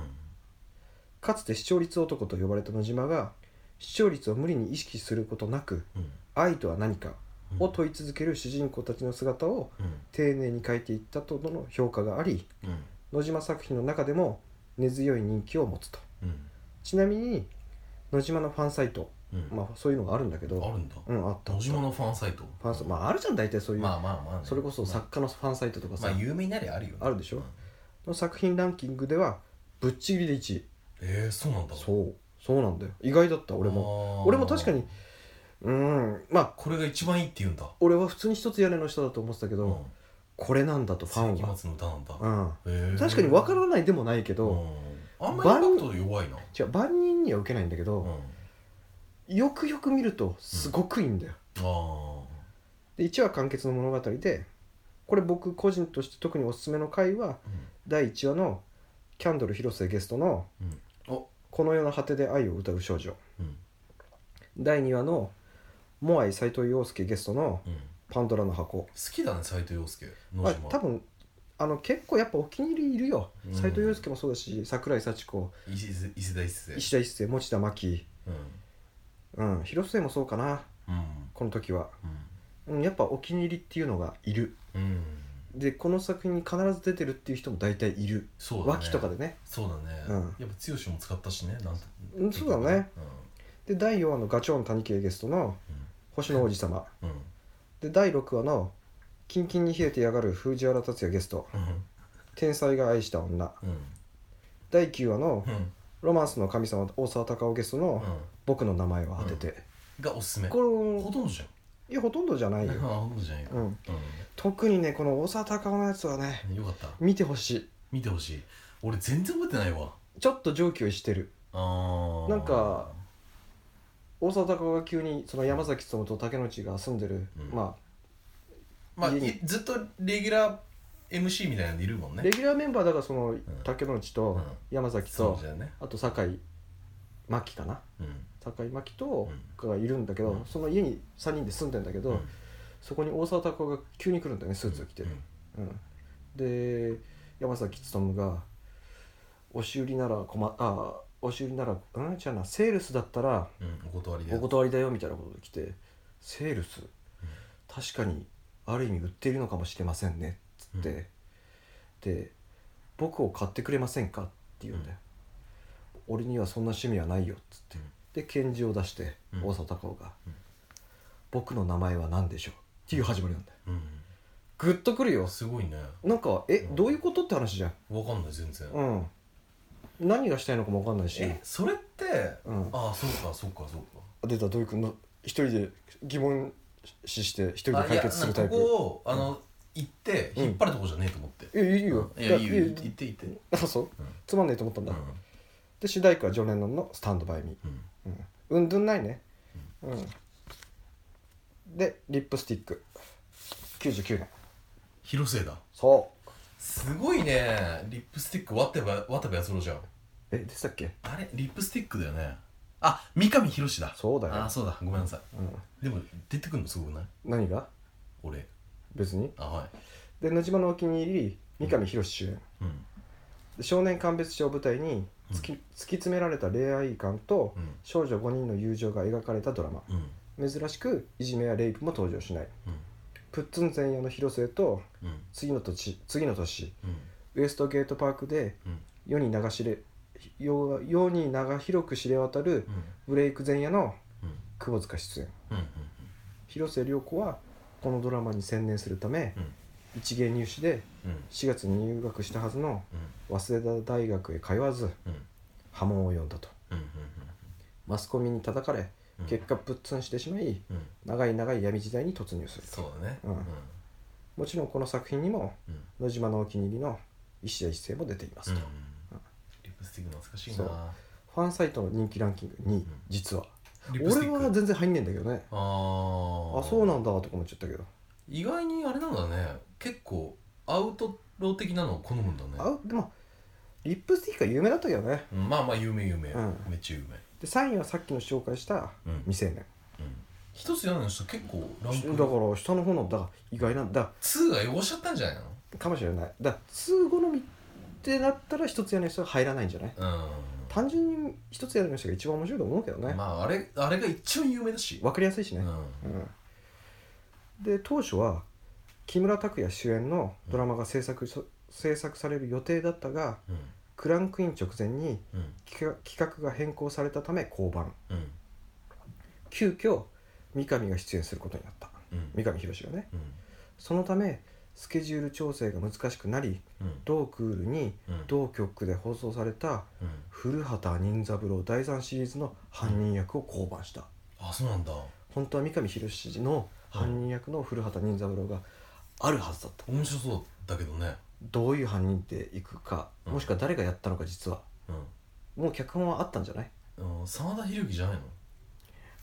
[SPEAKER 1] かつて視聴率男と呼ばれた野島が視聴率を無理に意識することなく
[SPEAKER 2] うん
[SPEAKER 1] 愛とは何か
[SPEAKER 2] うん
[SPEAKER 1] を問い続ける主人公たちの姿を
[SPEAKER 2] うん
[SPEAKER 1] 丁寧に描いていったとの評価があり
[SPEAKER 2] うん
[SPEAKER 1] 野島作品の中でも根強い人気を持つと
[SPEAKER 2] うん
[SPEAKER 1] ちなみに野島のファンサイト、
[SPEAKER 2] うん
[SPEAKER 1] まあ、そういうのがあるんだけど
[SPEAKER 2] あるんだ
[SPEAKER 1] うんあったあ
[SPEAKER 2] 野
[SPEAKER 1] った
[SPEAKER 2] 島のファンサイト
[SPEAKER 1] ファンサイトまああるじゃん大体そういう、
[SPEAKER 2] まあまあまあね
[SPEAKER 1] それこそ
[SPEAKER 2] ま
[SPEAKER 1] 作家のファンサイトとか
[SPEAKER 2] あ
[SPEAKER 1] さ、
[SPEAKER 2] まあ有名になりゃあるよね
[SPEAKER 1] あるでしょの作品ランキングではぶっちぎりで1位
[SPEAKER 2] えーそうなんだ
[SPEAKER 1] そうそうなんだよ意外だった俺も
[SPEAKER 2] も
[SPEAKER 1] 俺も確かにうんまあ
[SPEAKER 2] これが一番いいって言うんだ
[SPEAKER 1] 俺は普通に一つ屋根の下だと思ってたけど、
[SPEAKER 2] うん
[SPEAKER 1] これなんだとファン
[SPEAKER 2] 世紀
[SPEAKER 1] は、
[SPEAKER 2] 末の歌なんだ
[SPEAKER 1] うん、
[SPEAKER 2] へー
[SPEAKER 1] 確かに分からないでもないけど、
[SPEAKER 2] うんあんまりインパクト弱いな
[SPEAKER 1] 違う万人には受けないんだけ
[SPEAKER 2] うん
[SPEAKER 1] ど、よくよく見るとすごくいいんだよ、
[SPEAKER 2] あー
[SPEAKER 1] で1話完結の物語でこれ僕個人として特におすすめの回は第1話のキャンドル広瀬ゲストの
[SPEAKER 2] うんうんお
[SPEAKER 1] 「この世の果てで愛を歌う少女
[SPEAKER 2] うん」
[SPEAKER 1] 第2話のモアイ斎藤洋介ゲストの
[SPEAKER 2] うん
[SPEAKER 1] 「パンドラの箱
[SPEAKER 2] 好きだね斎藤洋介」野
[SPEAKER 1] あ
[SPEAKER 2] 島
[SPEAKER 1] 多分あの結構やっぱお気に入りいるよ
[SPEAKER 2] うん
[SPEAKER 1] 斎、藤洋介もそうだし桜井幸子
[SPEAKER 2] 伊勢伊勢大勢
[SPEAKER 1] 石田一世持田真希、
[SPEAKER 2] うん
[SPEAKER 1] うん、広末もそうかな
[SPEAKER 2] うん
[SPEAKER 1] この時は、
[SPEAKER 2] うん
[SPEAKER 1] うん、やっぱお気に入りっていうのがいる
[SPEAKER 2] うん
[SPEAKER 1] でこの作品に必ず出てるっていう人も大体いる、
[SPEAKER 2] そうだね
[SPEAKER 1] 脇とかでね
[SPEAKER 2] そうだね
[SPEAKER 1] うん
[SPEAKER 2] やっぱ剛も使ったしねなん
[SPEAKER 1] うんそうだね
[SPEAKER 2] うん
[SPEAKER 1] で第4話の「ガチョーン谷系ゲスト」の「星の王子様
[SPEAKER 2] うんうん」
[SPEAKER 1] で第6話の「キンキンに冷えてやがる藤原竜也ゲスト」「天才が愛した女
[SPEAKER 2] うん」
[SPEAKER 1] 第9話の
[SPEAKER 2] うん
[SPEAKER 1] 「ロマンスの神様大沢たかおゲスト」
[SPEAKER 2] う
[SPEAKER 1] の
[SPEAKER 2] ん
[SPEAKER 1] 「僕の名前を当てて
[SPEAKER 2] がおすす」めほ
[SPEAKER 1] これ
[SPEAKER 2] とんどじ
[SPEAKER 1] いやほとんどじゃな
[SPEAKER 2] ゃん
[SPEAKER 1] い
[SPEAKER 2] あ
[SPEAKER 1] よ、
[SPEAKER 2] ほとんどじゃんよ
[SPEAKER 1] うん、
[SPEAKER 2] う
[SPEAKER 1] 特にねこの大沢たかおのやつはね
[SPEAKER 2] んよかった
[SPEAKER 1] 見てほし
[SPEAKER 2] 見てほしい俺全然覚えてないわ
[SPEAKER 1] いちょっと上級してる
[SPEAKER 2] あー
[SPEAKER 1] なんか大沢たかおが急にその山崎努と竹野内が住んでる、
[SPEAKER 2] うん
[SPEAKER 1] ま
[SPEAKER 2] まあ
[SPEAKER 1] 家に
[SPEAKER 2] いずっとレギュラー MC みたいなのいるもん
[SPEAKER 1] あレ
[SPEAKER 2] ね
[SPEAKER 1] ギュラーメンバーだからその竹野内
[SPEAKER 2] う
[SPEAKER 1] と
[SPEAKER 2] ん
[SPEAKER 1] 山崎
[SPEAKER 2] そ
[SPEAKER 1] と
[SPEAKER 2] うじゃね
[SPEAKER 1] あと酒井真紀かな
[SPEAKER 2] うん
[SPEAKER 1] 酒井真紀と
[SPEAKER 2] うん
[SPEAKER 1] がいるんだけど、
[SPEAKER 2] うん
[SPEAKER 1] その家に3人で住んでんだけど、
[SPEAKER 2] うん
[SPEAKER 1] そこに大沢たかおが急に来るんだよねスーツを着て、
[SPEAKER 2] うん
[SPEAKER 1] うんで山崎努が「押し売りなら困あ押し売りならうんじゃあなセールスだったら
[SPEAKER 2] うんお断りで
[SPEAKER 1] お断りだよ」みたいなことで来て「セールス確かにある意味売っているのかもしれませんね」っつって、で「僕を買ってくれませんか?」って言うんだよ、俺にはそんな趣味はないよ」っつって、
[SPEAKER 2] うん
[SPEAKER 1] で拳銃を出して
[SPEAKER 2] うん
[SPEAKER 1] 大沢たかおが、
[SPEAKER 2] うん
[SPEAKER 1] 僕の名前は何でしょう?」っていう始まりなんだよ
[SPEAKER 2] うん
[SPEAKER 1] グッとくるよ
[SPEAKER 2] すごいね
[SPEAKER 1] なんかえ、
[SPEAKER 2] うん
[SPEAKER 1] どういうことって話じゃん
[SPEAKER 2] わかんない全然
[SPEAKER 1] うん何がしたいのかも分かんないし
[SPEAKER 2] えそれって
[SPEAKER 1] うん、
[SPEAKER 2] ああそうかそうかそうか
[SPEAKER 1] 出た土井君の一人で疑問視して一人で
[SPEAKER 2] あい
[SPEAKER 1] 解
[SPEAKER 2] や
[SPEAKER 1] 決するタ
[SPEAKER 2] な
[SPEAKER 1] イ
[SPEAKER 2] ん
[SPEAKER 1] プ
[SPEAKER 2] かここをあの行って
[SPEAKER 1] うん
[SPEAKER 2] 引っ張るとこじゃねえと思って
[SPEAKER 1] いやいいよ、
[SPEAKER 2] いやいいよ
[SPEAKER 1] や
[SPEAKER 2] 行って行って
[SPEAKER 1] あそう、
[SPEAKER 2] うん
[SPEAKER 1] つまんねえと思ったん
[SPEAKER 2] う
[SPEAKER 1] だ、
[SPEAKER 2] ん
[SPEAKER 1] で主題歌はジョレノンの「スタンドバイミー
[SPEAKER 2] うん」
[SPEAKER 1] うん、うんどんないねうんでリップスティック99年
[SPEAKER 2] 広末だ
[SPEAKER 1] そう
[SPEAKER 2] すごいねリップスティック渡部渡部康郎じゃん
[SPEAKER 1] えでしたっけ
[SPEAKER 2] あれリップスティックだよねあ三上博史だ
[SPEAKER 1] そうだよ
[SPEAKER 2] あそうだごめんなさい
[SPEAKER 1] うん、
[SPEAKER 2] でも出てくるのすごくない
[SPEAKER 1] 何が
[SPEAKER 2] 俺
[SPEAKER 1] 別に
[SPEAKER 2] あはい
[SPEAKER 1] で野島のお気に入り三上博史主演
[SPEAKER 2] うん
[SPEAKER 1] で少年鑑別所を舞台に
[SPEAKER 2] うん
[SPEAKER 1] 突き,、突き詰められた恋愛感と
[SPEAKER 2] うん
[SPEAKER 1] 少女5人の友情が描かれたドラマ
[SPEAKER 2] うん
[SPEAKER 1] 珍しくいじめやレイプも登場しない
[SPEAKER 2] うん
[SPEAKER 1] プッツン前夜の広末と
[SPEAKER 2] うん
[SPEAKER 1] 次の年次の年
[SPEAKER 2] うん
[SPEAKER 1] ウエストゲートパークで
[SPEAKER 2] うん
[SPEAKER 1] 世に流しれ世世に長広く知れ渡る
[SPEAKER 2] うん
[SPEAKER 1] ブレイク前夜の
[SPEAKER 2] うん
[SPEAKER 1] 窪塚出演
[SPEAKER 2] うんうん
[SPEAKER 1] 広末涼子はこのドラマに専念するため
[SPEAKER 2] うん
[SPEAKER 1] 一芸入試で
[SPEAKER 2] うん
[SPEAKER 1] 4月に入学したはずの
[SPEAKER 2] う
[SPEAKER 1] 早稲田大学へ通わず
[SPEAKER 2] んうん
[SPEAKER 1] 波紋を呼んだと
[SPEAKER 2] うん
[SPEAKER 1] マスコミに叩かれ
[SPEAKER 2] うん
[SPEAKER 1] 結果プッツンしてしまい
[SPEAKER 2] うん
[SPEAKER 1] 長い長い闇時代に突入する
[SPEAKER 2] そうだね
[SPEAKER 1] うんもちろんこの作品にも
[SPEAKER 2] うん
[SPEAKER 1] 野島のお気に入りの石田一生も出ています
[SPEAKER 2] うん
[SPEAKER 1] と、
[SPEAKER 2] リップスティック懐かしい
[SPEAKER 1] そ
[SPEAKER 2] な
[SPEAKER 1] ファンサイトの人気ランキング2位、実は
[SPEAKER 2] リップステ
[SPEAKER 1] 俺
[SPEAKER 2] ィック
[SPEAKER 1] は全然入んねえんだけどね
[SPEAKER 2] あ
[SPEAKER 1] あ
[SPEAKER 2] ー
[SPEAKER 1] そうなんだとか思っちゃったけど
[SPEAKER 2] 意外にあれなんだね結構アウトロー的なのを好むんだね
[SPEAKER 1] あでもリップスティックは有名だったけどね
[SPEAKER 2] うんまあまあ有名有名
[SPEAKER 1] うん
[SPEAKER 2] めっちゃ有名
[SPEAKER 1] で3位はさっきの紹介した
[SPEAKER 2] うん
[SPEAKER 1] 未成年、
[SPEAKER 2] うん一つ屋根の人結構ラン
[SPEAKER 1] し
[SPEAKER 2] ク
[SPEAKER 1] だから下の方のだから意外なんだ
[SPEAKER 2] 2が汚しちゃったんじゃないの
[SPEAKER 1] かもしれないだから通好みってなったら一つ屋根の人が入らないんじゃない
[SPEAKER 2] うん
[SPEAKER 1] 単純に一つ屋根の人が一番面白いと思うけどね、
[SPEAKER 2] まああれあれが一番有名だし
[SPEAKER 1] 分かりやすいしね、
[SPEAKER 2] う
[SPEAKER 1] うん、で当初は木村拓哉主演のドラマが制作,、制作される予定だったが
[SPEAKER 2] ん
[SPEAKER 1] クランクイン直前に
[SPEAKER 2] うんうん
[SPEAKER 1] 企画企画が変更されたため降板
[SPEAKER 2] うん
[SPEAKER 1] 急遽三上が出演することになった
[SPEAKER 2] うん
[SPEAKER 1] 三上博史がね
[SPEAKER 2] うん
[SPEAKER 1] そのためスケジュール調整が難しくなり
[SPEAKER 2] うん
[SPEAKER 1] 同クールに
[SPEAKER 2] うん
[SPEAKER 1] 同局で放送された
[SPEAKER 2] うん
[SPEAKER 1] 古畑任三郎第3シリーズの犯人役を降板した
[SPEAKER 2] あそうなんだ
[SPEAKER 1] 本当は三上博史の犯人役の古畑任三郎があるはずだった
[SPEAKER 2] 面白そうだけどね
[SPEAKER 1] どういう犯人でいくか
[SPEAKER 2] うん
[SPEAKER 1] もしくは誰がやったのか実はもう脚本はあったんじゃない
[SPEAKER 2] うん真田広之じゃないの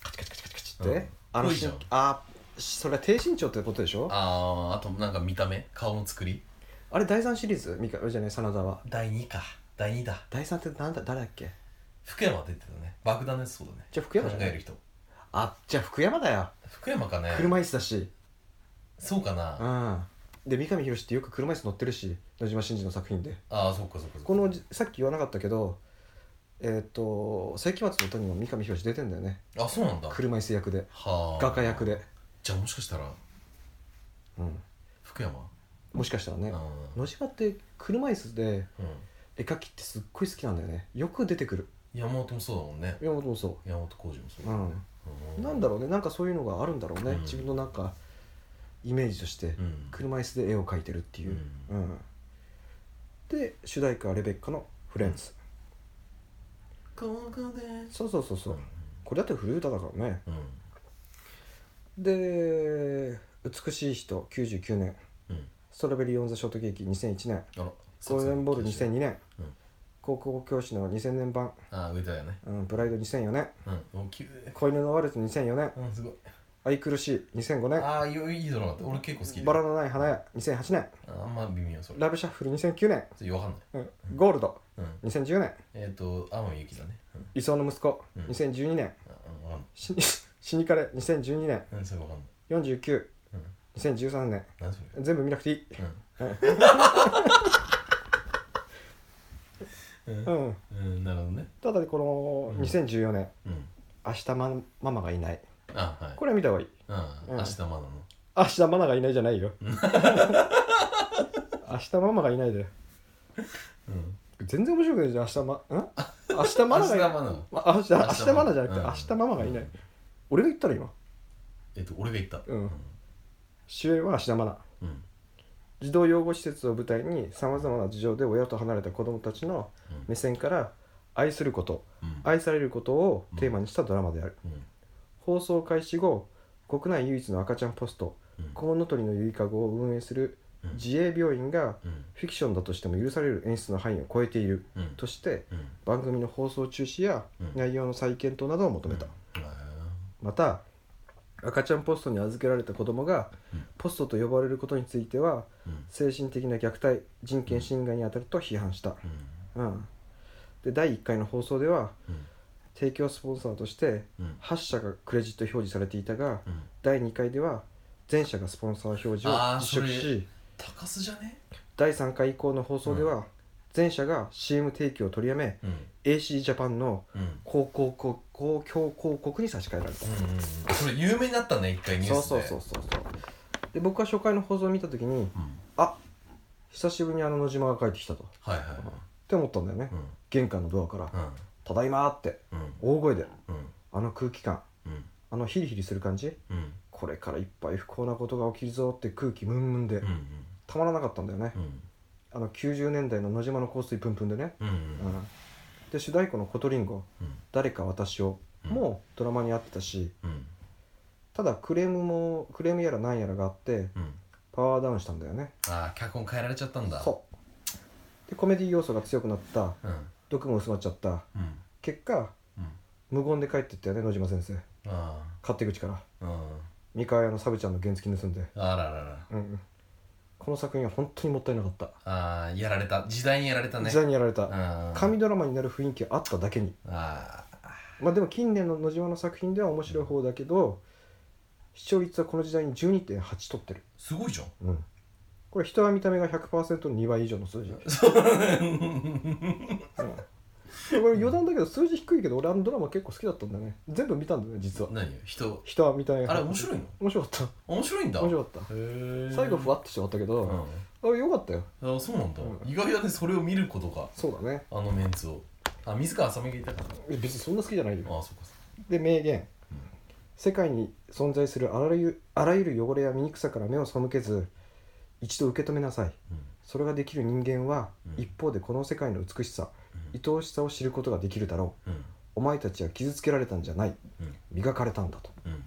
[SPEAKER 1] カチカチカチカチカチっ
[SPEAKER 2] う
[SPEAKER 1] て
[SPEAKER 2] ん
[SPEAKER 1] あの
[SPEAKER 2] ぽいじゃん
[SPEAKER 1] あそれは低身長ってことでしょあ
[SPEAKER 2] あーあとなんか見た目顔の作り
[SPEAKER 1] れ第3シリーズ三上じゃない真田は
[SPEAKER 2] 第2か第2だ
[SPEAKER 1] 第3ってなんだ誰だっけ
[SPEAKER 2] 福山出てたね爆弾のやつそうだね
[SPEAKER 1] じゃあ福山じ
[SPEAKER 2] 考
[SPEAKER 1] ゃな
[SPEAKER 2] える
[SPEAKER 1] い
[SPEAKER 2] 人
[SPEAKER 1] あじゃあ福山だよ
[SPEAKER 2] 福山かね
[SPEAKER 1] 車椅子だし
[SPEAKER 2] そうか
[SPEAKER 1] う
[SPEAKER 2] なん
[SPEAKER 1] で三上博史ってよく車椅子乗ってるし野島伸二の作品で
[SPEAKER 2] ああそっかそっかそっか
[SPEAKER 1] このじさっき言わなかったけどえっ、と世紀末の歌にも三上博史出てんだよね
[SPEAKER 2] あそうなんだ
[SPEAKER 1] 車椅子役で
[SPEAKER 2] はあ
[SPEAKER 1] 画家役で、
[SPEAKER 2] じゃあもしかしたら
[SPEAKER 1] うん、
[SPEAKER 2] 福山
[SPEAKER 1] もしかしたらね
[SPEAKER 2] うん
[SPEAKER 1] 野島って車椅子で
[SPEAKER 2] うん
[SPEAKER 1] 絵描きってすっごい好きなんだよねよく出てくる
[SPEAKER 2] 山本もそうだもんね
[SPEAKER 1] 山本もそ
[SPEAKER 2] 山本浩二もそう
[SPEAKER 1] う、うん、
[SPEAKER 2] う
[SPEAKER 1] なんだろうねなんかそういうのがあるんだろうね、
[SPEAKER 2] うん
[SPEAKER 1] 自分のなんかイメージとして
[SPEAKER 2] うん
[SPEAKER 1] 車椅子で絵を描いてるっていう、
[SPEAKER 2] う
[SPEAKER 1] うんで主題歌はレベッカの「フレンズ
[SPEAKER 2] ここで」
[SPEAKER 1] そうそうそうそう、
[SPEAKER 2] うん
[SPEAKER 1] これだって古い歌だからね
[SPEAKER 2] うん
[SPEAKER 1] で「美しい人」99年
[SPEAKER 2] うん
[SPEAKER 1] 「ストラベリー・オン・ザ・ショートケーキ」2001年
[SPEAKER 2] あら
[SPEAKER 1] 「ゴールデンボール」2002年
[SPEAKER 2] うん
[SPEAKER 1] 「高校教師の2000年版」
[SPEAKER 2] ああ上田やね
[SPEAKER 1] うん「ブライド2004年」
[SPEAKER 2] うん大きい
[SPEAKER 1] 「子犬のワルツ2004年」
[SPEAKER 2] うんすごい
[SPEAKER 1] 愛くるしい2005年
[SPEAKER 2] ああいいいいドラマだった俺結構好きだよ
[SPEAKER 1] バラのない花屋2008年
[SPEAKER 2] あんま微妙それ
[SPEAKER 1] ラブシャッフル2009年
[SPEAKER 2] それわかんない
[SPEAKER 1] うんゴールド
[SPEAKER 2] うん
[SPEAKER 1] 2010年
[SPEAKER 2] えっと天海祐希だねうん
[SPEAKER 1] 理想の息子
[SPEAKER 2] うん
[SPEAKER 1] 2012年
[SPEAKER 2] あうんわかん
[SPEAKER 1] し [LAUGHS] 死にかれ2012年
[SPEAKER 2] ないうんそれわかんない
[SPEAKER 1] 492013
[SPEAKER 2] うん
[SPEAKER 1] 年
[SPEAKER 2] 何そ
[SPEAKER 1] 全部見なくていい
[SPEAKER 2] れうん
[SPEAKER 1] う
[SPEAKER 2] うん
[SPEAKER 1] ん
[SPEAKER 2] うんなるほどね
[SPEAKER 1] ただこ
[SPEAKER 2] うん
[SPEAKER 1] の2014年
[SPEAKER 2] うん
[SPEAKER 1] 明日マママがいない
[SPEAKER 2] あはい
[SPEAKER 1] これは見た方がいい
[SPEAKER 2] うん
[SPEAKER 1] うん
[SPEAKER 2] 明日まだの
[SPEAKER 1] 明日ママがいないじゃない
[SPEAKER 2] [LAUGHS]
[SPEAKER 1] よ明日ママがいないで
[SPEAKER 2] うん
[SPEAKER 1] 全然面白くないじゃん明日マん明日ママがいない
[SPEAKER 2] 明日ママの
[SPEAKER 1] ま明日明日ママじゃなくて
[SPEAKER 2] うん
[SPEAKER 1] 明日ママがいない俺が言ったら今
[SPEAKER 2] えっと俺が言った
[SPEAKER 1] うん主演は芦田愛菜
[SPEAKER 2] うん
[SPEAKER 1] 児童養護施設を舞台にさまざまな事情で親と離れた子どもたちの
[SPEAKER 2] うん
[SPEAKER 1] 目線から愛すること
[SPEAKER 2] うん
[SPEAKER 1] 愛されることをテーマにしたドラマである
[SPEAKER 2] うん
[SPEAKER 1] 放送開始後国内唯一の赤ちゃんポスト
[SPEAKER 2] うん
[SPEAKER 1] コウノトリのゆいかごを運営する自営病院が
[SPEAKER 2] うん
[SPEAKER 1] フィクションだとしても許される演出の範囲を超えている
[SPEAKER 2] うん
[SPEAKER 1] として
[SPEAKER 2] うん
[SPEAKER 1] 番組の放送中止や
[SPEAKER 2] うん
[SPEAKER 1] 内容の再検討などを求めた
[SPEAKER 2] うんへ
[SPEAKER 1] また赤ちゃんポストに預けられた子どもが
[SPEAKER 2] うん
[SPEAKER 1] ポストと呼ばれることについては
[SPEAKER 2] えうん
[SPEAKER 1] 精神的な虐待人権侵害に当たると批判した、うん、で第1回の放送では
[SPEAKER 2] うん
[SPEAKER 1] 提供スポンサーとして
[SPEAKER 2] うんうん
[SPEAKER 1] 8社がクレジット表示されていたが
[SPEAKER 2] うん
[SPEAKER 1] 第2回では全社がスポンサー表示を
[SPEAKER 2] あー
[SPEAKER 1] 実食
[SPEAKER 2] それ
[SPEAKER 1] し
[SPEAKER 2] 高須じゃね
[SPEAKER 1] 第3回以降の放送では全社が CM 提供を取りやめ
[SPEAKER 2] うん
[SPEAKER 1] AC ジャパンの
[SPEAKER 2] うん
[SPEAKER 1] 広告広公共広告に差し替えられた
[SPEAKER 2] うんうんうんそれ有名になったね一回ニュ
[SPEAKER 1] そ
[SPEAKER 2] ー
[SPEAKER 1] う
[SPEAKER 2] ス
[SPEAKER 1] そう
[SPEAKER 2] で
[SPEAKER 1] そうそうそうで僕は初回の放送を見た時に
[SPEAKER 2] うん
[SPEAKER 1] あ久しぶりにあの野島が帰ってきたとっ
[SPEAKER 2] はいはいはい
[SPEAKER 1] て思ったんだよね
[SPEAKER 2] うん
[SPEAKER 1] 玄関のドアから
[SPEAKER 2] うん
[SPEAKER 1] 「ただいま」って
[SPEAKER 2] うん
[SPEAKER 1] 大声で
[SPEAKER 2] うん
[SPEAKER 1] あの空気感
[SPEAKER 2] うん
[SPEAKER 1] あのヒリヒリする感じ
[SPEAKER 2] うん
[SPEAKER 1] これからいっぱい不幸なことが起きるぞって空気ムンムンで
[SPEAKER 2] うん
[SPEAKER 1] たまらなかったんだよね
[SPEAKER 2] うんうん
[SPEAKER 1] あの90年代の野島の香水プンプンでね、
[SPEAKER 2] うんうん
[SPEAKER 1] うん、で主題歌の「コトリンゴ
[SPEAKER 2] うん
[SPEAKER 1] 誰か私を」
[SPEAKER 2] うん
[SPEAKER 1] もうドラマにあってたし
[SPEAKER 2] うん
[SPEAKER 1] ただクレームもクレームやらなんやらがあって
[SPEAKER 2] うん
[SPEAKER 1] パワーダウンしたんだよね
[SPEAKER 2] ああ脚本変えられちゃったんだ
[SPEAKER 1] そうでコメディ要素が強くなった
[SPEAKER 2] うん
[SPEAKER 1] 毒も薄まっちゃった
[SPEAKER 2] うん
[SPEAKER 1] 結果
[SPEAKER 2] うん
[SPEAKER 1] 無言で帰ってったよね野島先生
[SPEAKER 2] あ
[SPEAKER 1] 勝手口から
[SPEAKER 2] あうん
[SPEAKER 1] 三河屋のサブちゃんの原付盗んで
[SPEAKER 2] あららら
[SPEAKER 1] うんこの作品は本当にもったいなかった
[SPEAKER 2] ああやられた時代にやられたね
[SPEAKER 1] 時代にやられた
[SPEAKER 2] あ
[SPEAKER 1] 神ドラマになる雰囲気あっただけに
[SPEAKER 2] あー
[SPEAKER 1] まあでも近年の野島の作品では面白い方だけど視聴率はこの時代に12.8取ってる
[SPEAKER 2] すごいじゃん
[SPEAKER 1] うんこれ人は見た目が100%の2倍以上の数字、うん、これ余談だけど数字低いけど俺あのドラマ結構好きだったんだよね全部見たんだよね実は
[SPEAKER 2] 何よ人
[SPEAKER 1] 人は見た目が
[SPEAKER 2] あれ面白いの
[SPEAKER 1] 面白かっ
[SPEAKER 2] 面白いん
[SPEAKER 1] た
[SPEAKER 2] だ
[SPEAKER 1] 面
[SPEAKER 2] へ
[SPEAKER 1] 白かっ
[SPEAKER 2] え
[SPEAKER 1] た最後ふわっとして終わったけど、
[SPEAKER 2] うん
[SPEAKER 1] あよかったよ
[SPEAKER 2] あそうなんだ、
[SPEAKER 1] う
[SPEAKER 2] 意外だねそれを見ることが
[SPEAKER 1] そうだね
[SPEAKER 2] あのメンツをあ水川あさみがいたから
[SPEAKER 1] え別にそんな好きじゃないよ
[SPEAKER 2] ああそうか
[SPEAKER 1] で名言世界に存在するあらゆるあらゆる汚れや醜さから目を背けず一度受け止めなさい
[SPEAKER 2] うん
[SPEAKER 1] それができる人間は、
[SPEAKER 2] うん
[SPEAKER 1] 一方でこの世界の美しさ
[SPEAKER 2] うん
[SPEAKER 1] 愛おしさを知ることができるだろう
[SPEAKER 2] うん
[SPEAKER 1] お前たちは傷つけられたんじゃない
[SPEAKER 2] うん
[SPEAKER 1] 磨かれたんだと
[SPEAKER 2] うん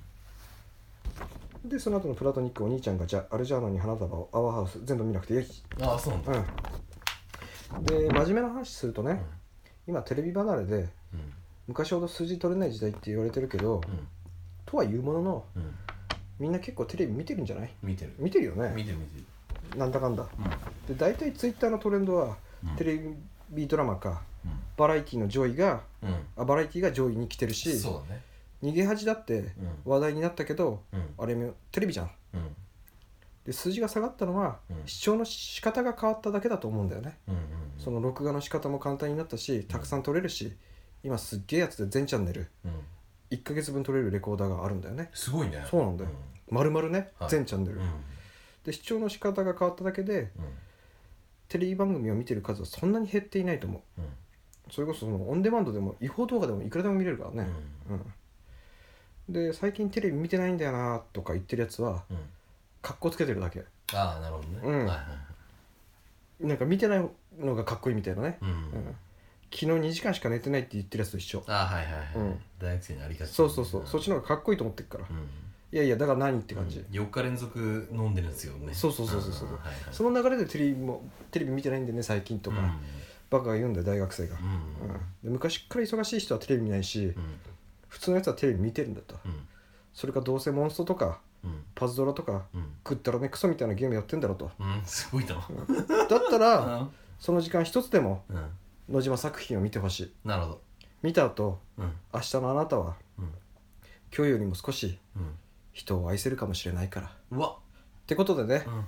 [SPEAKER 1] でその後のプラトニックお兄ちゃんがじゃアルジャーノンに花束をアワーハウス全部見なくていい
[SPEAKER 2] ああそうなんだ
[SPEAKER 1] うんで真面目な話するとね、今テレビ離れで
[SPEAKER 2] うん
[SPEAKER 1] 昔ほど数字取れない時代って言われてるけど、
[SPEAKER 2] うん
[SPEAKER 1] とは言うものの
[SPEAKER 2] うん
[SPEAKER 1] みんな結構テレビ見てるんじゃない
[SPEAKER 2] 見てる
[SPEAKER 1] 見てるよね
[SPEAKER 2] 見てる見てる
[SPEAKER 1] なんだかんだで大体ツイッターのトレンドは
[SPEAKER 2] うん
[SPEAKER 1] テレビドラマか
[SPEAKER 2] うん
[SPEAKER 1] バラエティの上位が
[SPEAKER 2] うん
[SPEAKER 1] あバラエティが上位に来てるし
[SPEAKER 2] そうだね
[SPEAKER 1] 逃げ恥だって
[SPEAKER 2] う
[SPEAKER 1] 話題になったけど
[SPEAKER 2] んうん
[SPEAKER 1] あれもテレビじゃん
[SPEAKER 2] うん
[SPEAKER 1] で数字が下がったのは、
[SPEAKER 2] うん
[SPEAKER 1] 視聴の仕方が変わっただけだと思うんだよね、
[SPEAKER 2] うん
[SPEAKER 1] その録画の仕方も簡単になったしたくさん撮れるし今すっげえやつで全チャンネル
[SPEAKER 2] うんうん
[SPEAKER 1] 1ヶ月分撮れるレコーダーがあるんだよね
[SPEAKER 2] すごいね
[SPEAKER 1] そうなんだよ丸々ね、
[SPEAKER 2] はい
[SPEAKER 1] 全チャンネ
[SPEAKER 2] う
[SPEAKER 1] ル、
[SPEAKER 2] んうん
[SPEAKER 1] で視聴の仕方が変わっただけでテレビ番組を見てる数はそんなに減っていないと思う
[SPEAKER 2] うん
[SPEAKER 1] それこそそのオンデマンドでも違法動画でもいくらでも見れるから
[SPEAKER 2] うん
[SPEAKER 1] ねうん、で最近テレビ見てないんだよなとか言ってるやつは
[SPEAKER 2] うん
[SPEAKER 1] かっこつけてるだけ
[SPEAKER 2] ああなるほどね
[SPEAKER 1] うん
[SPEAKER 2] はいはいはい
[SPEAKER 1] なんか見てないのがかっこいいみたいなね
[SPEAKER 2] うん
[SPEAKER 1] うん昨日2時間しか寝てないって言ってるやつと一緒
[SPEAKER 2] ああはいはいはい
[SPEAKER 1] うん
[SPEAKER 2] 大学生にありがち
[SPEAKER 1] そうそうそうそっちの方がかっこいいと思ってるから、
[SPEAKER 2] う
[SPEAKER 1] い
[SPEAKER 2] ん
[SPEAKER 1] やいやだから何って感じ、
[SPEAKER 2] 4日連続飲んでるんですよね
[SPEAKER 1] そうそうそうそうそうん
[SPEAKER 2] はいはい
[SPEAKER 1] その流れでテレビもテレビ見てないんでね最近とか、バカが言うんだよ大学生が、
[SPEAKER 2] うん
[SPEAKER 1] うん
[SPEAKER 2] うん
[SPEAKER 1] で昔っから忙しい人はテレビ見ないし、
[SPEAKER 2] うん
[SPEAKER 1] 普通のやつはテレビ見てるんだと
[SPEAKER 2] うん
[SPEAKER 1] それかどうせモンストとか
[SPEAKER 2] うん
[SPEAKER 1] パズドラとか
[SPEAKER 2] うん
[SPEAKER 1] 食ったらねクソみたいなゲームやってんだろと
[SPEAKER 2] うんすごいな
[SPEAKER 1] だった [LAUGHS]
[SPEAKER 2] う
[SPEAKER 1] ら
[SPEAKER 2] ん
[SPEAKER 1] その時間一つでも
[SPEAKER 2] うん
[SPEAKER 1] 野島作品を見てほしい
[SPEAKER 2] なるほど
[SPEAKER 1] 見た後
[SPEAKER 2] うん
[SPEAKER 1] 明日のあなたは
[SPEAKER 2] うん
[SPEAKER 1] 今日よりも少し
[SPEAKER 2] うん
[SPEAKER 1] 人を愛せるかもしれないからっ
[SPEAKER 2] うわ
[SPEAKER 1] てことでね
[SPEAKER 2] うん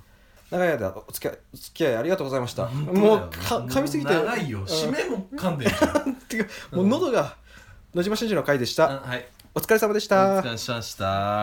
[SPEAKER 1] 長い間お付き合いお付き合いありがとうございました
[SPEAKER 2] 本当だ
[SPEAKER 1] もう
[SPEAKER 2] よ
[SPEAKER 1] か噛みすぎて
[SPEAKER 2] 長いよ締めも噛んでるじゃん
[SPEAKER 1] っていうかもう喉が野島真司の回でし
[SPEAKER 2] う
[SPEAKER 1] た
[SPEAKER 2] んはい
[SPEAKER 1] お疲れ様でし
[SPEAKER 2] お
[SPEAKER 1] た
[SPEAKER 2] 疲れ様でした